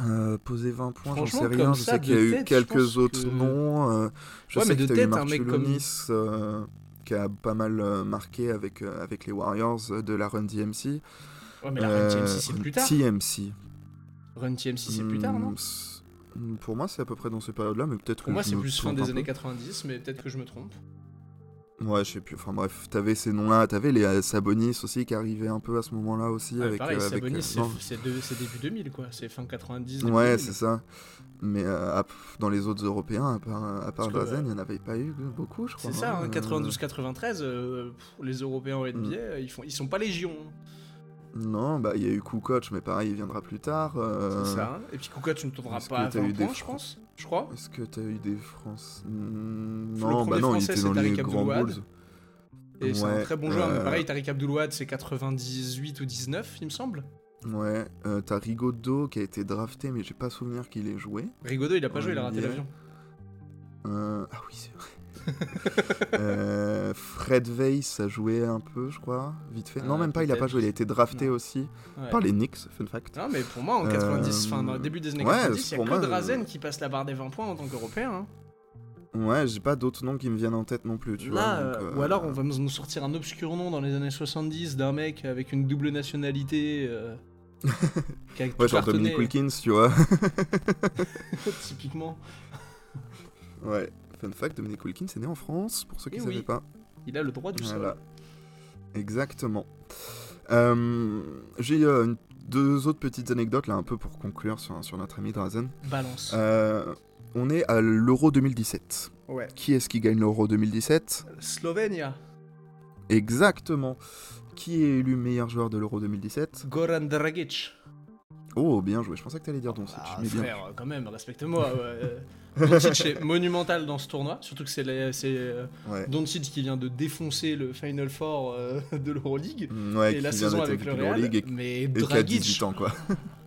S2: Euh, poser 20 points, j'en
S1: Franchement,
S2: sais rien.
S1: comme
S2: Je
S1: ça,
S2: sais qu'il y a
S1: de
S2: eu
S1: tête, je pense
S2: quelques autres
S1: que-
S2: noms. euh, je
S1: Ouais, mais
S2: sais
S1: de
S2: que t'as eu
S1: tête, un mec comme-
S2: Marculonis euh, qui a pas mal euh, marqué avec, euh, avec les Warriors euh, de la Run DMC.
S1: Ouais, mais la
S2: Euh,
S1: Run TMC, c'est plus tard.
S2: TMC.
S1: Run TMC, c'est plus tard, non
S2: Hmm, c'est- hmm, Pour moi, c'est à peu près dans ces périodes-là, mais peut-être que
S1: Pour moi,
S2: je
S1: c'est
S2: me
S1: plus fin
S2: trompe un
S1: des
S2: peu.
S1: années 90, mais peut-être que je me trompe.
S2: Ouais, je sais plus. Enfin bref, t'avais ces noms-là. T'avais les euh, Sabonis aussi qui arrivaient un peu à ce moment-là aussi.
S1: Ah,
S2: avec,
S1: pareil,
S2: euh, avec,
S1: Sabonis,
S2: euh,
S1: c'est-
S2: non,
S1: c'est de- c'est début 2000, quoi. C'est fin 90. début
S2: Ouais,
S1: 2000.
S2: c'est ça. Mais euh, à- dans les autres Européens, à part, à part
S1: Parce que, euh,
S2: Drazen, il n'y en avait pas eu beaucoup, je crois.
S1: C'est ça,
S2: hein.
S1: hein,
S2: Euh,
S1: 92-93, euh, pff, les Européens en
S2: Hmm.
S1: NBA, euh, ils, font, ils sont pas légion. hein.
S2: Non, bah il y a eu Kukoc, mais pareil, il viendra plus tard. euh,
S1: C'est ça. hein. Et puis Kukoc, tu ne tourneras
S2: est-ce
S1: pas à
S2: que t'as eu
S1: 20
S2: des
S1: points, je
S2: fr-
S1: pense. Je crois.
S2: Est-ce que t'as eu des Français Hmm,
S1: Le
S2: Non, bah
S1: premier
S2: non, il
S1: Français,
S2: était
S1: c'est
S2: dans les
S1: Tariq
S2: grands
S1: Abdul-Wahab.
S2: Bulls.
S1: Et c'est un
S2: Ouais,
S1: très bon joueur, mais
S2: euh,
S1: pareil, Tariq Abdoulouad, c'est 98 ou 19, il me semble.
S2: Ouais, euh, t'as Rigaudot qui a été drafté, mais j'ai pas souvenir qu'il ait joué.
S1: Rigaudot, il a pas
S2: Ouais,
S1: joué, il a raté
S2: bien.
S1: l'avion.
S2: Euh, Ah oui, c'est vrai. Euh, Fred Weiss a joué un peu, je crois, vite fait. non,
S1: Ah,
S2: même pas, il a pas
S1: peut-être.
S2: joué, il a été drafté
S1: Non.
S2: aussi
S1: Ouais.
S2: par les Knicks, fun fact.
S1: Non, mais pour moi, en 90,
S2: Euh,
S1: enfin, dans le début des années
S2: ouais,
S1: 90, il y a
S2: pour
S1: que
S2: moi,
S1: Drazen
S2: euh,
S1: qui passe la barre des 20 points en tant qu'Européen. hein.
S2: Ouais, j'ai pas d'autres noms qui me viennent en tête non plus, tu
S1: Là,
S2: vois. donc,
S1: euh,
S2: euh,
S1: ou alors on va nous sortir un obscur nom dans les années 70 d'un mec avec une double nationalité. euh, qui a tout
S2: Ouais, genre
S1: cartonné,
S2: Dominique Wilkins, tu vois.
S1: Typiquement.
S2: ouais, fun fact, Dominique Wilkins est né en France, pour ceux qui
S1: Eh
S2: ne savaient
S1: oui,
S2: pas.
S1: Il a le droit du sol.
S2: Voilà. Exactement. Euh, J'ai euh, une- deux autres petites anecdotes là, un peu pour conclure sur, sur notre ami Drazen.
S1: Balance.
S2: Euh, on est à l'Euro 2017.
S1: Ouais.
S2: Qui est-ce qui gagne l'Euro 2017
S1: Slovenia,
S2: Exactement. Qui est élu meilleur joueur de l'Euro 2017
S1: Goran Dragic.
S2: Oh, bien joué. Je pensais que t'allais dire Doncic.
S1: Ah,
S2: mais bien.
S1: frère, quand même, respecte-moi. ouais, euh, Doncic est monumental dans ce tournoi, surtout que c'est la- c'est, euh,
S2: Ouais.
S1: Doncic qui vient de défoncer le Final Four euh, de l'Euroleague.
S2: Mm, ouais,
S1: et
S2: qui
S1: la
S2: vient
S1: saison
S2: d'être
S1: avec
S2: MVP
S1: le
S2: de
S1: Real.
S2: l'Euroleague et-
S1: mais
S2: Et qui a 18
S1: Dragic,
S2: ans, quoi.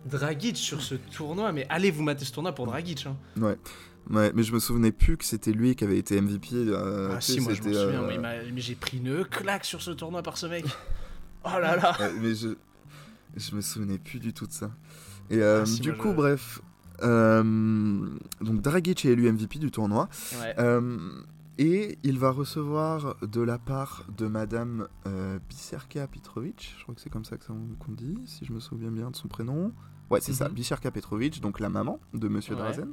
S1: Dragic sur ce tournoi, mais allez vous mater ce tournoi pour Dragic. hein.
S2: Ouais, mais je me souvenais plus que c'était lui qui avait été MVP. euh,
S1: ah
S2: tu sais,
S1: si, moi je me
S2: c'était,
S1: souviens,
S2: euh,
S1: moi, il m'a- mais j'ai pris une claque sur ce tournoi par ce mec. Oh là là
S2: Ouais, Euh, mais je... je me souvenais plus du tout de ça. Et euh,
S1: si,
S2: du
S1: moi,
S2: coup,
S1: je-
S2: bref. euh, donc Dragic est élu MVP du tournoi.
S1: Ouais.
S2: Euh, et il va recevoir de la part de Madame euh, Biserka Petrovic, je crois que c'est comme ça que ça- qu'on dit, si je me souviens bien de son prénom. Ouais, c'est ça,
S1: Mhm.
S2: Biserka Petrovic, donc la maman de Monsieur
S1: Ouais.
S2: Drazen,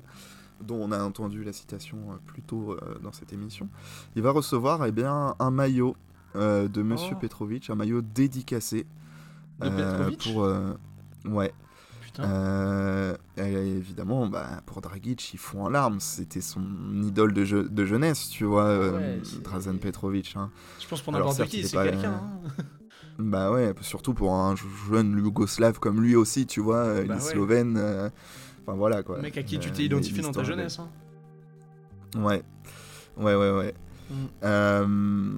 S2: dont on a entendu la citation euh, plus tôt euh, dans cette émission. Il va recevoir eh bien, un maillot euh, de Monsieur
S1: Oh.
S2: Petrovic, un maillot dédicacé.
S1: De Hein Petrovic
S2: pour, euh, Ouais.
S1: Putain.
S2: Euh, et évidemment, bah, pour Dragic, ils font en larmes. C'était son idole de, jeu- de jeunesse, tu vois, euh,
S1: Ah ouais, c'est-
S2: Drazen Petrovic. hein.
S1: Je pense pour
S2: alors,
S1: n'importe
S2: certes, il
S1: qui,
S2: est
S1: c'est
S2: pas-
S1: quelqu'un. hein.
S2: Bah ouais, surtout pour un jeune yougoslave comme lui aussi, tu vois, euh,
S1: Bah
S2: il est
S1: ouais.
S2: slovène. euh, Enfin voilà quoi.
S1: Le mec à qui tu
S2: Euh,
S1: t'es identifié dans ta
S2: l'histoire, elle est-
S1: jeunesse. hein.
S2: Ouais, ouais, ouais, ouais.
S1: Mm.
S2: Euh,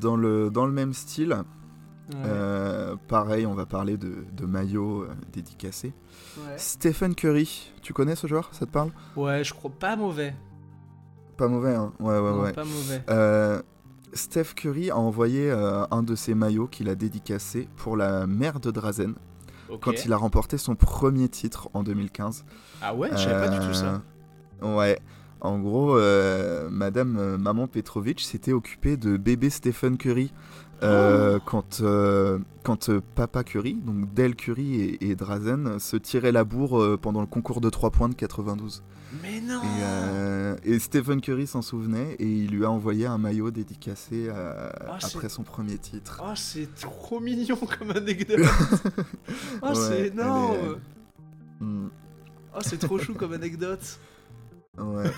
S2: dans, le, dans le même style,
S1: Ouais.
S2: euh, pareil, on va parler de, de maillots euh, dédicacés.
S1: Ouais.
S2: Stephen Curry, tu connais ce joueur Ça te parle
S1: Ouais, je crois pas mauvais.
S2: Pas mauvais, hein Ouais, ouais,
S1: Non,
S2: ouais.
S1: Pas mauvais.
S2: Euh, Steph Curry a envoyé euh, un de ses maillots qu'il a dédicacé pour la mère de Drazen
S1: Ok.
S2: quand il a remporté son premier titre en 2015.
S1: Ah ouais, je savais pas du tout ça.
S2: Euh, Ouais. En gros, euh, Madame euh, Maman Petrovic s'était occupée de bébé Stephen Curry
S1: Oh.
S2: euh, quand, euh, quand euh, Papa Curry, donc Del Curry et, et Drazen, se tiraient la bourre euh, pendant le concours de 3 points de 92.
S1: Mais non
S2: Et, euh, et Stephen Curry s'en souvenait et il lui a envoyé un maillot dédicacé euh,
S1: Ah, c'est-
S2: après son premier titre.
S1: Oh, c'est trop mignon comme anecdote. oh,
S2: Ouais, elle
S1: c'est
S2: est-
S1: énorme. Ah.
S2: Mm,
S1: Oh, c'est trop chou comme anecdote.
S2: ouais.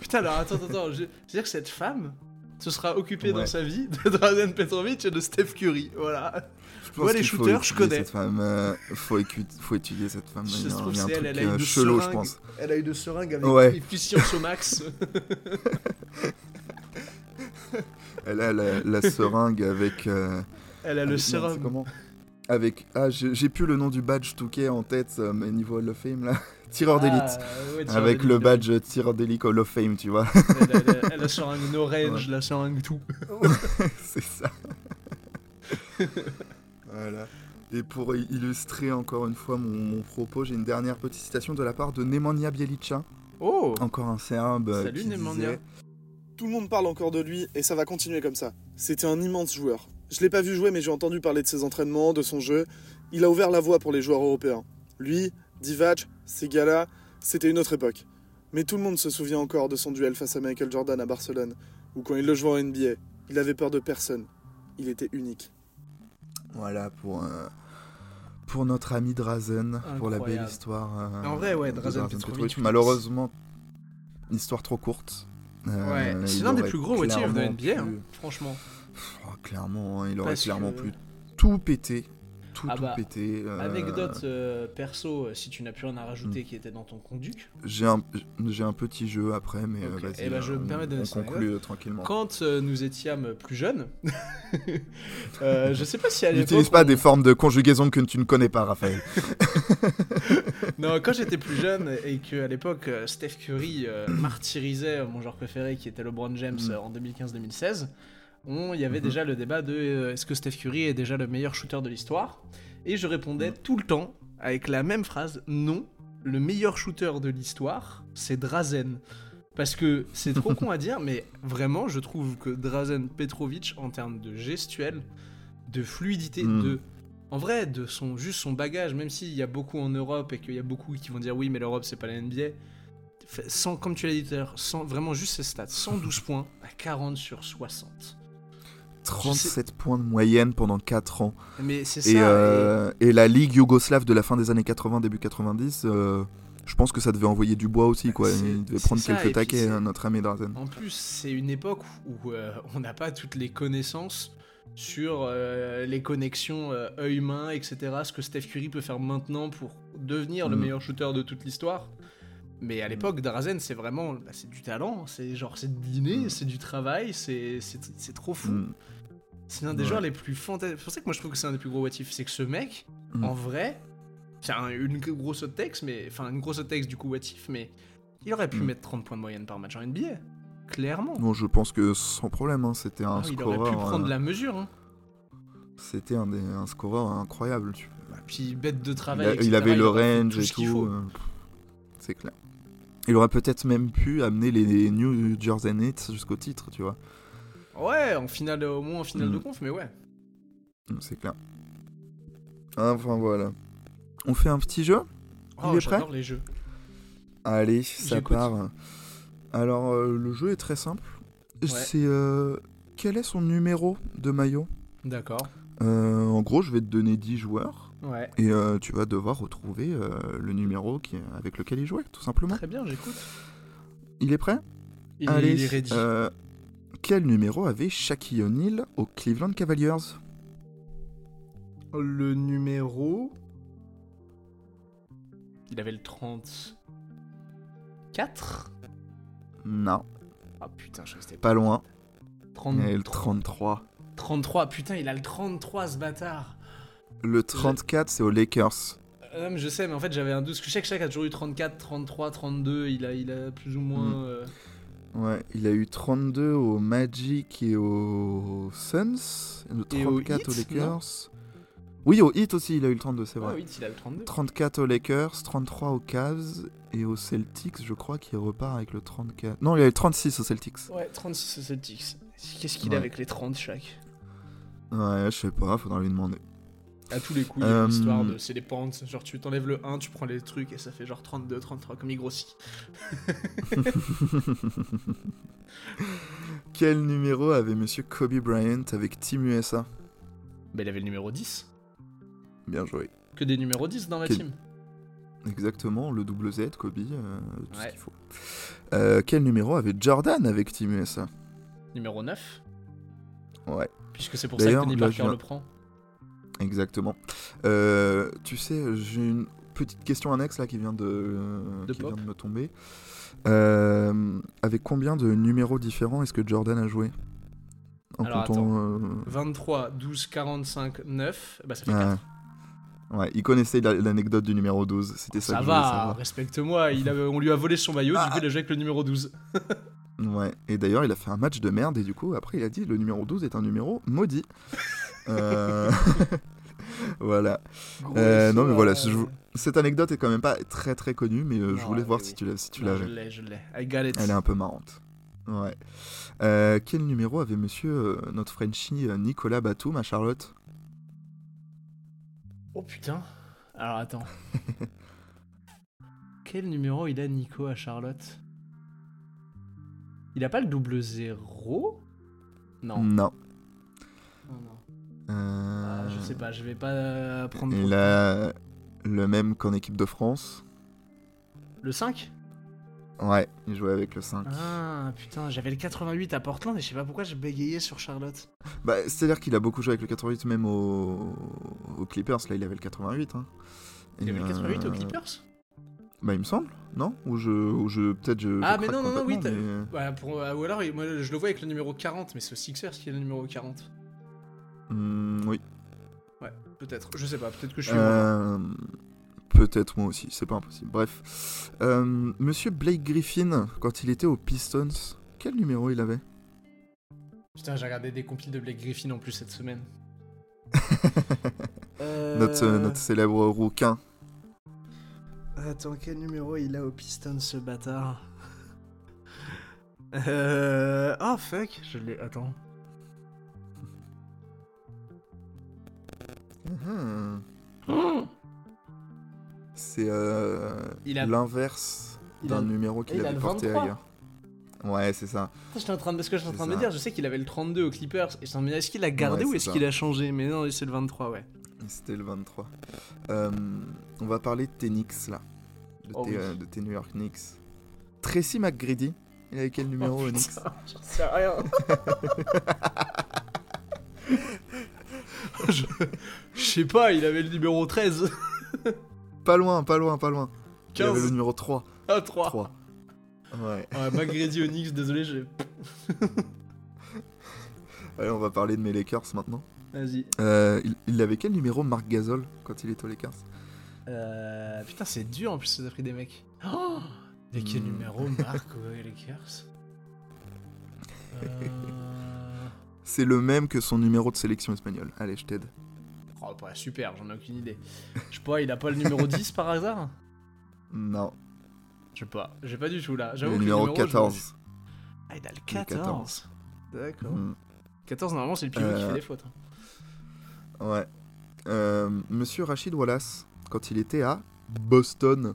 S1: Putain, alors attends, attends, attends. je- C'est-à-dire que cette femme se sera occupée
S2: Ouais.
S1: dans sa vie de Drazen Petrovic et de Steph Curry. Voilà.
S2: Je
S1: Moi, les
S2: qu'il faut
S1: shooters, je
S2: étudier
S1: connais.
S2: Cette femme, euh, faut, écu- faut étudier cette femme.
S1: Si
S2: Il y
S1: ça
S2: a
S1: se
S2: un-
S1: trouve,
S2: il y a un
S1: c'est elle,
S2: truc,
S1: elle a eu
S2: euh,
S1: deux
S2: chelou, je
S1: seringues.
S2: pense.
S1: Elle a eu de seringues avec
S2: Ouais.
S1: efficience au max.
S2: Elle a la, la seringue avec. euh,
S1: Elle a
S2: avec- non,
S1: le
S2: c'est
S1: sérum.
S2: Comment Avec. Ah, j'ai j'ai plus le nom du badge Touquet en tête, euh, mais niveau Hall of Fame là. Tireur d'élite.
S1: Ah, ouais, tu vois,
S2: Avec
S1: elle-
S2: le badge tireur d'élite Hall of Fame, tu vois.
S1: Elle a- elle a- elle a seringue orange, la seringue tout.
S2: C'est ça. voilà. Et pour i- illustrer encore une fois mon, mon propos, j'ai une dernière petite citation de la part de Nemanja Bjelica,
S1: Oh
S2: encore un Serbe. euh,
S1: Salut,
S2: qui
S1: Nemanja.
S2: disait-
S8: Tout le monde parle encore de lui et ça va continuer comme ça. C'était un immense joueur. Je l'ai pas vu jouer mais j'ai entendu parler de ses entraînements, de son jeu. Il a ouvert la voie pour les joueurs européens. Lui, Divac, ces gars-là, c'était une autre époque. Mais tout le monde se souvient encore de son duel face à Michael Jordan à Barcelone ou quand il le jouait en NBA. Il avait peur de personne. Il était unique.
S2: Voilà pour. euh, Pour notre ami Drazen, pour la belle
S1: Incroyable.
S2: histoire. euh,
S1: En vrai, ouais,
S2: de
S1: Drazen Petrovic, putain,
S2: Malheureusement, histoire trop courte.
S1: Ouais,
S2: Euh,
S1: c'est
S2: il
S1: l'un des
S2: aurait
S1: plus gros motifs de
S2: clairement
S1: NBA, hein,
S2: pu-
S1: franchement.
S2: Pff, oh, clairement, hein, il aurait
S1: Parce
S2: clairement
S1: que-
S2: pu tout péter. Tout,
S1: Ah
S2: tout
S1: bah,
S2: péter. euh, Hmm.
S1: Anecdote euh, perso, euh, si tu n'as plus rien à rajouter qui était dans ton conduc.
S2: J'ai un, j'ai un petit jeu après, mais
S1: Ok.
S2: euh, vas-y.
S1: Eh ben, je me
S2: on-
S1: permets de
S2: on
S1: donner cette
S2: conclut euh, tranquillement.
S1: Quand euh, nous étions euh, plus jeunes, euh, je sais pas si à l'époque.
S2: N'utilise pas
S1: on-
S2: des formes de conjugaison que tu ne connais pas, Raphaël.
S1: Non, quand j'étais plus jeune et que à l'époque euh, Steph Curry euh, martyrisait mon joueur préféré qui était LeBron James
S2: Mhm.
S1: euh, en 2015-2016, on- il y avait
S2: Mhm.
S1: déjà le débat de euh, est-ce que Steph Curry est déjà le meilleur shooter de l'histoire Et je répondais tout le temps avec la même phrase non, le meilleur shooter de l'histoire, c'est Drazen. Parce que c'est trop con à dire, mais vraiment, je trouve que Drazen Petrovic, en termes de gestuelle, de fluidité,
S2: Mm.
S1: de. En vrai, de son, juste son bagage, même s'il y a beaucoup en Europe et qu'il y a beaucoup qui vont dire oui, mais l'Europe, c'est pas la NBA. Fait- Sans, comme tu l'as dit tout à l'heure, sans- vraiment juste ses stats 112 points à 40 sur 60.
S2: 37 points de moyenne pendant 4 ans.
S1: Mais c'est ça.
S2: Et,
S1: et-
S2: euh, et la Ligue yougoslave de la fin des années 80, début 90, euh, je pense que ça devait envoyer du bois aussi. quoi.
S1: C'est-
S2: Il devait
S1: c'est
S2: prendre
S1: ça, et
S2: quelques
S1: puis
S2: taquets,
S1: c'est-
S2: hein, notre ami Drazen.
S1: En plus, c'est une époque où euh, on n'a pas toutes les connaissances sur euh, les connexions euh, œil-main, etc. Ce que Steph Curry peut faire maintenant pour devenir le
S2: Mm.
S1: meilleur shooter de toute l'histoire. Mais à l'époque, Drazen, c'est vraiment bah, c'est du talent, c'est genre c'est de dîner, c'est du travail, c'est c'est c'est trop fou.
S2: Mm.
S1: C'est l'un des
S2: Ouais.
S1: joueurs les plus fantastiques. C'est pour ça que moi je trouve que c'est un des plus gros what if. C'est que ce mec,
S2: Mm.
S1: en vrai, c'est un- une grosse hot texte, mais enfin une grosse hot texte du coup what if, mais il aurait pu
S2: Mm.
S1: mettre 30 points de moyenne par match en NBA. Clairement.
S2: Non, je pense que sans problème, hein, c'était un
S1: Ah oui, il aurait pu
S2: scoreur,
S1: prendre
S2: euh,
S1: la mesure. hein.
S2: C'était un, des- un scoreur incroyable. tu-
S1: Puis bête de
S2: Il,
S1: travail.
S2: a- bah, il
S1: etc.,
S2: avait le
S1: aurait fait
S2: range et
S1: ce qu'il
S2: tout.
S1: faut.
S2: euh, C'est clair. Il aurait peut-être même pu amener les New Jersey Nets jusqu'au titre, tu vois.
S1: Ouais, en finale, au moins en finale
S2: Mm.
S1: de conf, mais ouais.
S2: Mm, C'est clair. Enfin voilà. On fait un petit jeu
S1: Oh,
S2: Il est
S1: j'adore les jeux.
S2: Allez, ça
S1: J'écoute.
S2: part. Alors euh, le jeu est très simple.
S1: Ouais.
S2: C'est euh, quel est son numéro de maillot
S1: D'accord.
S2: Euh, En gros, je vais te donner 10 joueurs
S1: Ouais.
S2: et euh, tu vas devoir retrouver euh, le numéro qui, avec lequel il jouait, tout simplement.
S1: Très bien, j'écoute.
S2: Il est prêt
S1: Il, est-
S2: Allez,
S1: il est ready.
S2: euh, quel numéro avait Shaquille O'Neal aux Cleveland Cavaliers
S1: Le numéro. Il avait le 34
S2: Non,
S1: Ah putain, je restais
S2: pas loin.
S1: 30...
S2: Il avait le 33.
S1: 33, putain, il a le 33 ce bâtard.
S2: Le 34, c'est aux Lakers.
S1: Euh, non, mais je sais, mais en fait j'avais un doute. Parce que chaque chaque a toujours eu 34, 33, 32. Il a, il a plus ou moins.
S2: Mm.
S1: euh,
S2: Ouais, il a eu 32 au Magic et aux Suns. Le
S1: Et au
S2: 34 aux
S1: Heat,
S2: Lakers. Oui, au Heat aussi, il a eu le 32, c'est
S1: Ah
S2: vrai.
S1: oui, il a le 32.
S2: 34 aux Lakers, 33 aux Cavs et aux Celtics, je crois qu'il repart avec le 34. Non, il a eu le 36 aux Celtics.
S1: Ouais, 36 au Celtics. Qu'est-ce qu'il a
S2: Ouais.
S1: avec les 30 chaque
S2: Ouais, je sais pas, faudra lui demander.
S1: À tous les coups, il y a
S2: Euh,
S1: une histoire de. C'est les pentes. Genre, tu t'enlèves le 1, tu prends les trucs et ça fait genre 32, 33, comme il grossit.
S2: Quel numéro avait monsieur Kobe Bryant avec Team USA
S1: Bah, il avait le numéro 10.
S2: Bien joué.
S1: Que des numéros 10 dans ma
S2: Quel-
S1: team.
S2: Exactement, le double Z, Kobe, euh, tout
S1: Ouais.
S2: ce qu'il faut. Euh, quel numéro avait Jordan avec Team USA
S1: Numéro 9.
S2: Ouais,
S1: Puisque c'est pour ça que
S2: D'ailleurs,
S1: Tony
S2: là, je
S1: Parker
S2: viens-
S1: le prend.
S2: exactement. Euh, tu sais, j'ai une petite question annexe là qui vient de, euh,
S1: De
S2: qui
S1: pop.
S2: vient de me tomber. Euh, avec combien de numéros différents est-ce que Jordan a joué En
S1: Alors,
S2: comptant. euh,
S1: 23, 12, 45, 9. Bah, ça fait
S2: ouais.
S1: 4.
S2: Ouais, il connaissait la- l'anecdote du numéro 12, c'était ça,
S1: Ça
S2: Ah. que je voulais
S1: va,
S2: savoir.
S1: respecte-moi. il avait- On lui a volé son maillot, du coup, il a joué avec le numéro 12.
S2: Ouais, et d'ailleurs, il a fait un match de merde, et du coup, après, il a dit le numéro 12 est un numéro maudit. Euh, voilà.
S1: Gros
S2: Euh, non, mais
S1: déçu,
S2: voilà,
S1: euh,
S2: ce jou- Cette anecdote est quand même pas très très connue, mais euh, je
S1: Non,
S2: voulais
S1: mais
S2: voir
S1: oui.
S2: si tu l'as- si tu
S1: non, je
S2: l'avais.
S1: l'ai, je l'ai. I got it.
S2: Elle est un peu marrante. Ouais. Euh, quel numéro avait monsieur, euh, notre Frenchie euh, Nicolas Batum à Charlotte
S1: Oh putain. Alors attends. Quel numéro il a Nico à Charlotte Il a pas le double zéro Non.
S2: Non.
S1: non, non.
S2: Euh,
S1: Ah, je sais pas, je vais pas prendre trop
S2: Il
S1: de
S2: a le même qu'en équipe de France.
S1: temps. le 5
S2: Ouais, il jouait avec le 5.
S1: Ah putain, j'avais le 88 à Portland et je sais pas pourquoi je bégayais sur Charlotte.
S2: Bah, c'est-à-dire qu'il a beaucoup joué avec le 88, même au- aux Clippers. Là, il avait le 88. hein.
S1: Il
S2: Et,
S1: avait le 88 aux
S2: euh,
S1: Clippers
S2: Bah, il me semble, non Ou je. Ou je Peut-être je. je
S1: Ah, mais
S2: craque
S1: non, non, non, oui,
S2: complètement,
S1: t'as-
S2: mais-
S1: Voilà, pour- euh, Ou alors il- moi, je le vois avec le numéro 40, mais c'est au Sixers qui est le numéro 40.
S2: Hmm, oui.
S1: Peut-être, je sais pas, peut-être que je suis. loin.
S2: Euh, Peut-être moi aussi, c'est pas impossible. Bref. Euh, Monsieur Blake Griffin, quand il était aux Pistons, quel numéro il avait
S1: Putain, j'ai regardé des compiles de Blake Griffin en plus cette semaine.
S2: notre,
S1: Euh,
S2: notre célèbre rouquin.
S1: Attends, quel numéro il a au piston ce bâtard Euh. Oh fuck Je l'ai. Attends.
S2: Mhm. C'est euh,
S1: Il a-
S2: l'inverse
S1: il
S2: d'un
S1: a-
S2: numéro qu'il
S1: il a
S2: avait
S1: le
S2: porté
S1: 23.
S2: ailleurs. Ouais, c'est ça.
S1: J'étais en train de, ce que j'étais en
S2: C'est
S1: train de me
S2: ça.
S1: dire, je sais qu'il avait le 32 au Clippers. Et je me disais, est-ce qu'il a gardé
S2: Ouais,
S1: ou
S2: c'est
S1: est-ce
S2: ça.
S1: qu'il a changé Mais non, c'est le 23, ouais.
S2: C'était le 23. Euh, on va parler de tes Knicks, là. De,
S1: Oh
S2: tes,
S1: oui.
S2: euh, de tes New York Knicks. Tracy McGrady, il avait quel numéro
S1: Oh,
S2: au
S1: putain,
S2: Knicks
S1: J'en sais rien. je... je sais pas, il avait le numéro 13.
S2: Pas loin, pas loin, pas loin. Il avait
S1: 15.
S2: le numéro 3.
S1: Ah, 3.
S2: 3. Ouais.
S1: Ouais, Magredi Onyx, désolé, j'ai.
S2: Allez, on va parler de mes Lakers maintenant.
S1: Vas-y.
S2: Euh, il, il avait quel numéro Marc Gasol quand il était aux Lakers
S1: Euh, Putain, c'est dur en plus, ça a pris des mecs. Oh Et quel
S2: Hmm.
S1: numéro, Marc, ouais, les Lakers Euh,
S2: C'est le même que son numéro de sélection espagnole. Allez, je t'aide.
S1: Oh, bah, super, j'en ai aucune idée. Je sais pas, il a pas le numéro 10 par hasard
S2: Non,
S1: Je sais pas, j'ai pas du tout là.
S2: le
S1: J'avoue que
S2: numéro
S1: je me-
S2: 14.
S1: Ah, il a le 14.
S2: 14.
S1: D'accord.
S2: Mm.
S1: 14, normalement, c'est le pivot qui
S2: Euh,
S1: fait des fautes. hein.
S2: Ouais. Euh, Monsieur Rachid Wallace, quand il était à Boston.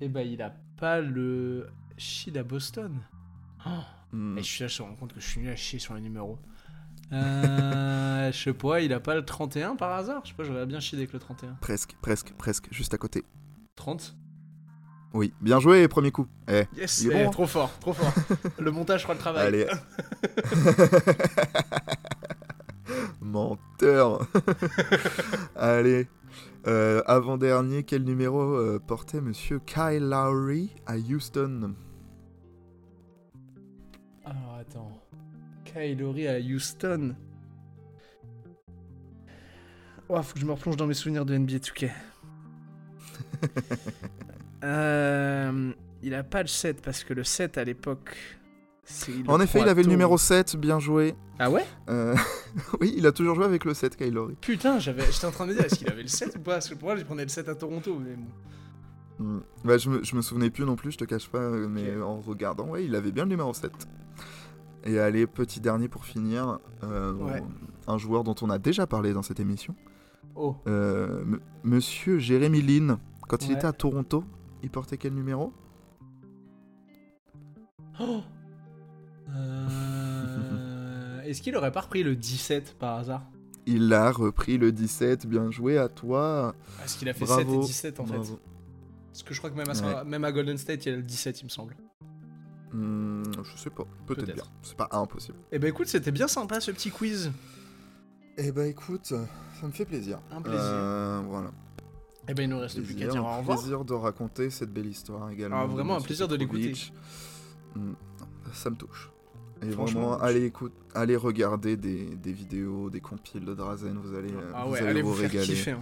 S1: Eh bah, il a pas le shit à Boston. Oh.
S2: Mm.
S1: Et je suis là, je me rends compte que je suis nul à chier sur les numéros. Euh, je sais pas, il a pas le 31 par hasard Je sais pas, j'aurais bien chier avec le 31.
S2: Presque, presque, presque, juste à côté.
S1: 30
S2: Oui, bien joué, premier coup. Eh,
S1: Yes
S2: Il est
S1: eh,
S2: bon, hein.
S1: Trop fort, trop fort. le montage fera le travail.
S2: allez. Menteur. allez. Euh, Avant-dernier, quel numéro euh, portait monsieur Kyle Lowry à Houston
S1: Alors attends. Kylori à Houston. Oh, faut que je me replonge dans mes souvenirs de NBA 2K. Euh, il a pas le 7 parce que le 7 à l'époque. c'est- il le
S2: En effet,
S1: prend
S2: il
S1: à
S2: avait le
S1: Tours.
S2: numéro 7, bien joué.
S1: Ah ouais
S2: Euh, oui, il a toujours joué avec le 7, Kyle Lowry.
S1: Putain, j'avais- j'étais en train de me dire est-ce qu'il avait le 7 ou pas Parce que pour moi, je prenais le 7 à Toronto. Mais bon.
S2: Mm. Bah, je, me, je me souvenais plus non plus, je te cache pas, euh, mais
S1: Ok.
S2: en regardant, ouais, il avait bien le numéro 7. Et allez, petit dernier pour finir, euh,
S1: Ouais.
S2: un joueur dont on a déjà parlé dans cette émission,
S1: Oh,
S2: euh, M- Monsieur Jérémy Lin. Quand il
S1: Ouais.
S2: était à Toronto, il portait quel numéro
S1: Oh Euh, Est-ce qu'il aurait pas repris le 17 par hasard
S2: Il a repris le 17, bien joué à toi.
S1: Parce qu'il a fait
S2: Bravo.
S1: 7 et 17 en fait.
S2: Bravo.
S1: Parce que je crois que même à, sa- même à Golden State, il y a le 17, il me semble.
S2: Hmm, je sais pas, peut-être
S1: Peut-être.
S2: bien, c'est pas impossible.
S1: Eh ben écoute, c'était bien sympa ce petit quiz.
S2: Eh bah écoute, ça me fait plaisir.
S1: Un plaisir.
S2: Euh, voilà.
S1: Eh ben il nous reste plus qu'à
S2: plaisir,
S1: dire au
S2: un
S1: revoir.
S2: plaisir de raconter cette belle histoire également.
S1: Ah, vraiment,
S2: de
S1: un plaisir de
S2: Monsieur
S1: l'écouter.
S2: Petrovic. Mm, Ça me touche. Et
S1: Franchement,
S2: vraiment,
S1: ça me
S2: allez, écoute, allez regarder des, des vidéos, des compiles de Drazen, vous allez, euh,
S1: Ah
S2: vous
S1: ouais,
S2: allez
S1: allez vous, faire
S2: régaler.
S1: kiffer. hein.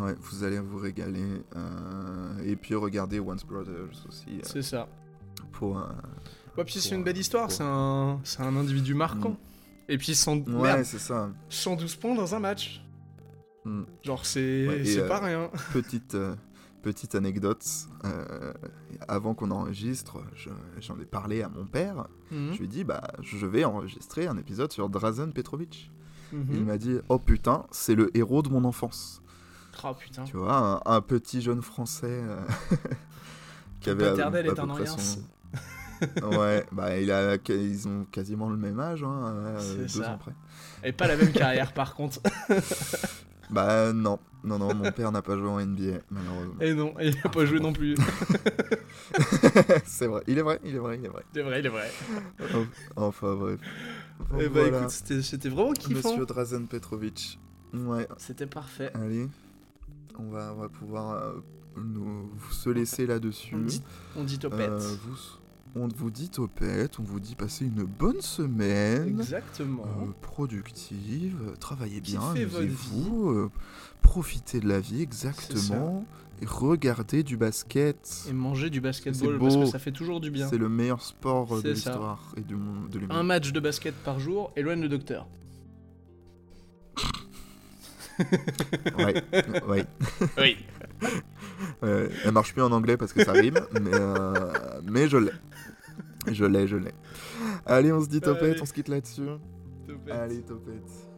S2: Ouais, vous allez vous régaler. euh, et puis regardez Once Brothers aussi euh,
S1: C'est ça.
S2: pour euh, un.
S1: Ouais, puis c'est
S2: pour
S1: une
S2: un-
S1: belle histoire,
S2: pour-
S1: c'est un, c'est un individu marquant.
S2: Mm.
S1: Et puis cent-
S2: hmm. Ouais,
S1: merde,
S2: c'est ça.
S1: 112 points dans un match.
S2: Mm.
S1: Genre c'est
S2: Ouais, et,
S1: c'est
S2: euh,
S1: pas rien.
S2: petite, euh, petite anecdote. euh, avant qu'on enregistre, je- j'en ai parlé à mon père.
S1: Mhm.
S2: Je lui ai dit, bah, je vais enregistrer un épisode sur Drazen Petrovic.
S1: Mhm.
S2: Il m'a dit Oh putain, c'est le héros de mon enfance.
S1: Oh putain.
S2: Tu vois, un, un petit jeune français euh, qui avait. à-
S1: paternel
S2: à
S1: est
S2: peu
S1: un
S2: près
S1: rien.
S2: son- ouais, bah il a, ils ont quasiment le même âge, hein, euh,
S1: C'est
S2: deux
S1: ça.
S2: ans près.
S1: Et pas la même carrière par contre.
S2: Bah non, non, non, mon père n'a pas joué en NBA, malheureusement.
S1: Et non, il a pas joué non plus.
S2: c'est vrai, il est vrai, il est vrai, il est vrai.
S1: Il est vrai, il est vrai.
S2: Enfin bref. Bon,
S1: Eh bah
S2: voilà.
S1: écoute, c'était c'était vraiment kiffant.
S2: Monsieur Drazen Petrovic. Ouais,
S1: C'était parfait.
S2: allez, on va, on va pouvoir euh, nous, se laisser là-dessus.
S1: On dit, on dit topette.
S2: Euh, vous- on vous dit topette, on vous dit passez une bonne semaine,
S1: Exactement.
S2: euh, productive, euh, travaillez bien,
S1: Kiffez votre
S2: amusez-vous, euh, profitez de la vie exactement, et regardez du basket.
S1: Et manger du basketball
S2: C'est
S1: parce que
S2: beau.
S1: ça fait toujours du bien.
S2: C'est le meilleur sport euh, de
S1: C'est ça.
S2: l'histoire et du monde de
S1: Un
S2: l'humanité.
S1: match de basket par jour éloigne le docteur.
S2: Ouais, ouais.
S1: Oui.
S2: Euh, elle marche plus en anglais parce que ça rime, mais, euh, mais je l'ai. Je l'ai, je l'ai. Allez, on se dit topette,
S1: Allez.
S2: on se quitte là-dessus. Allez, topette.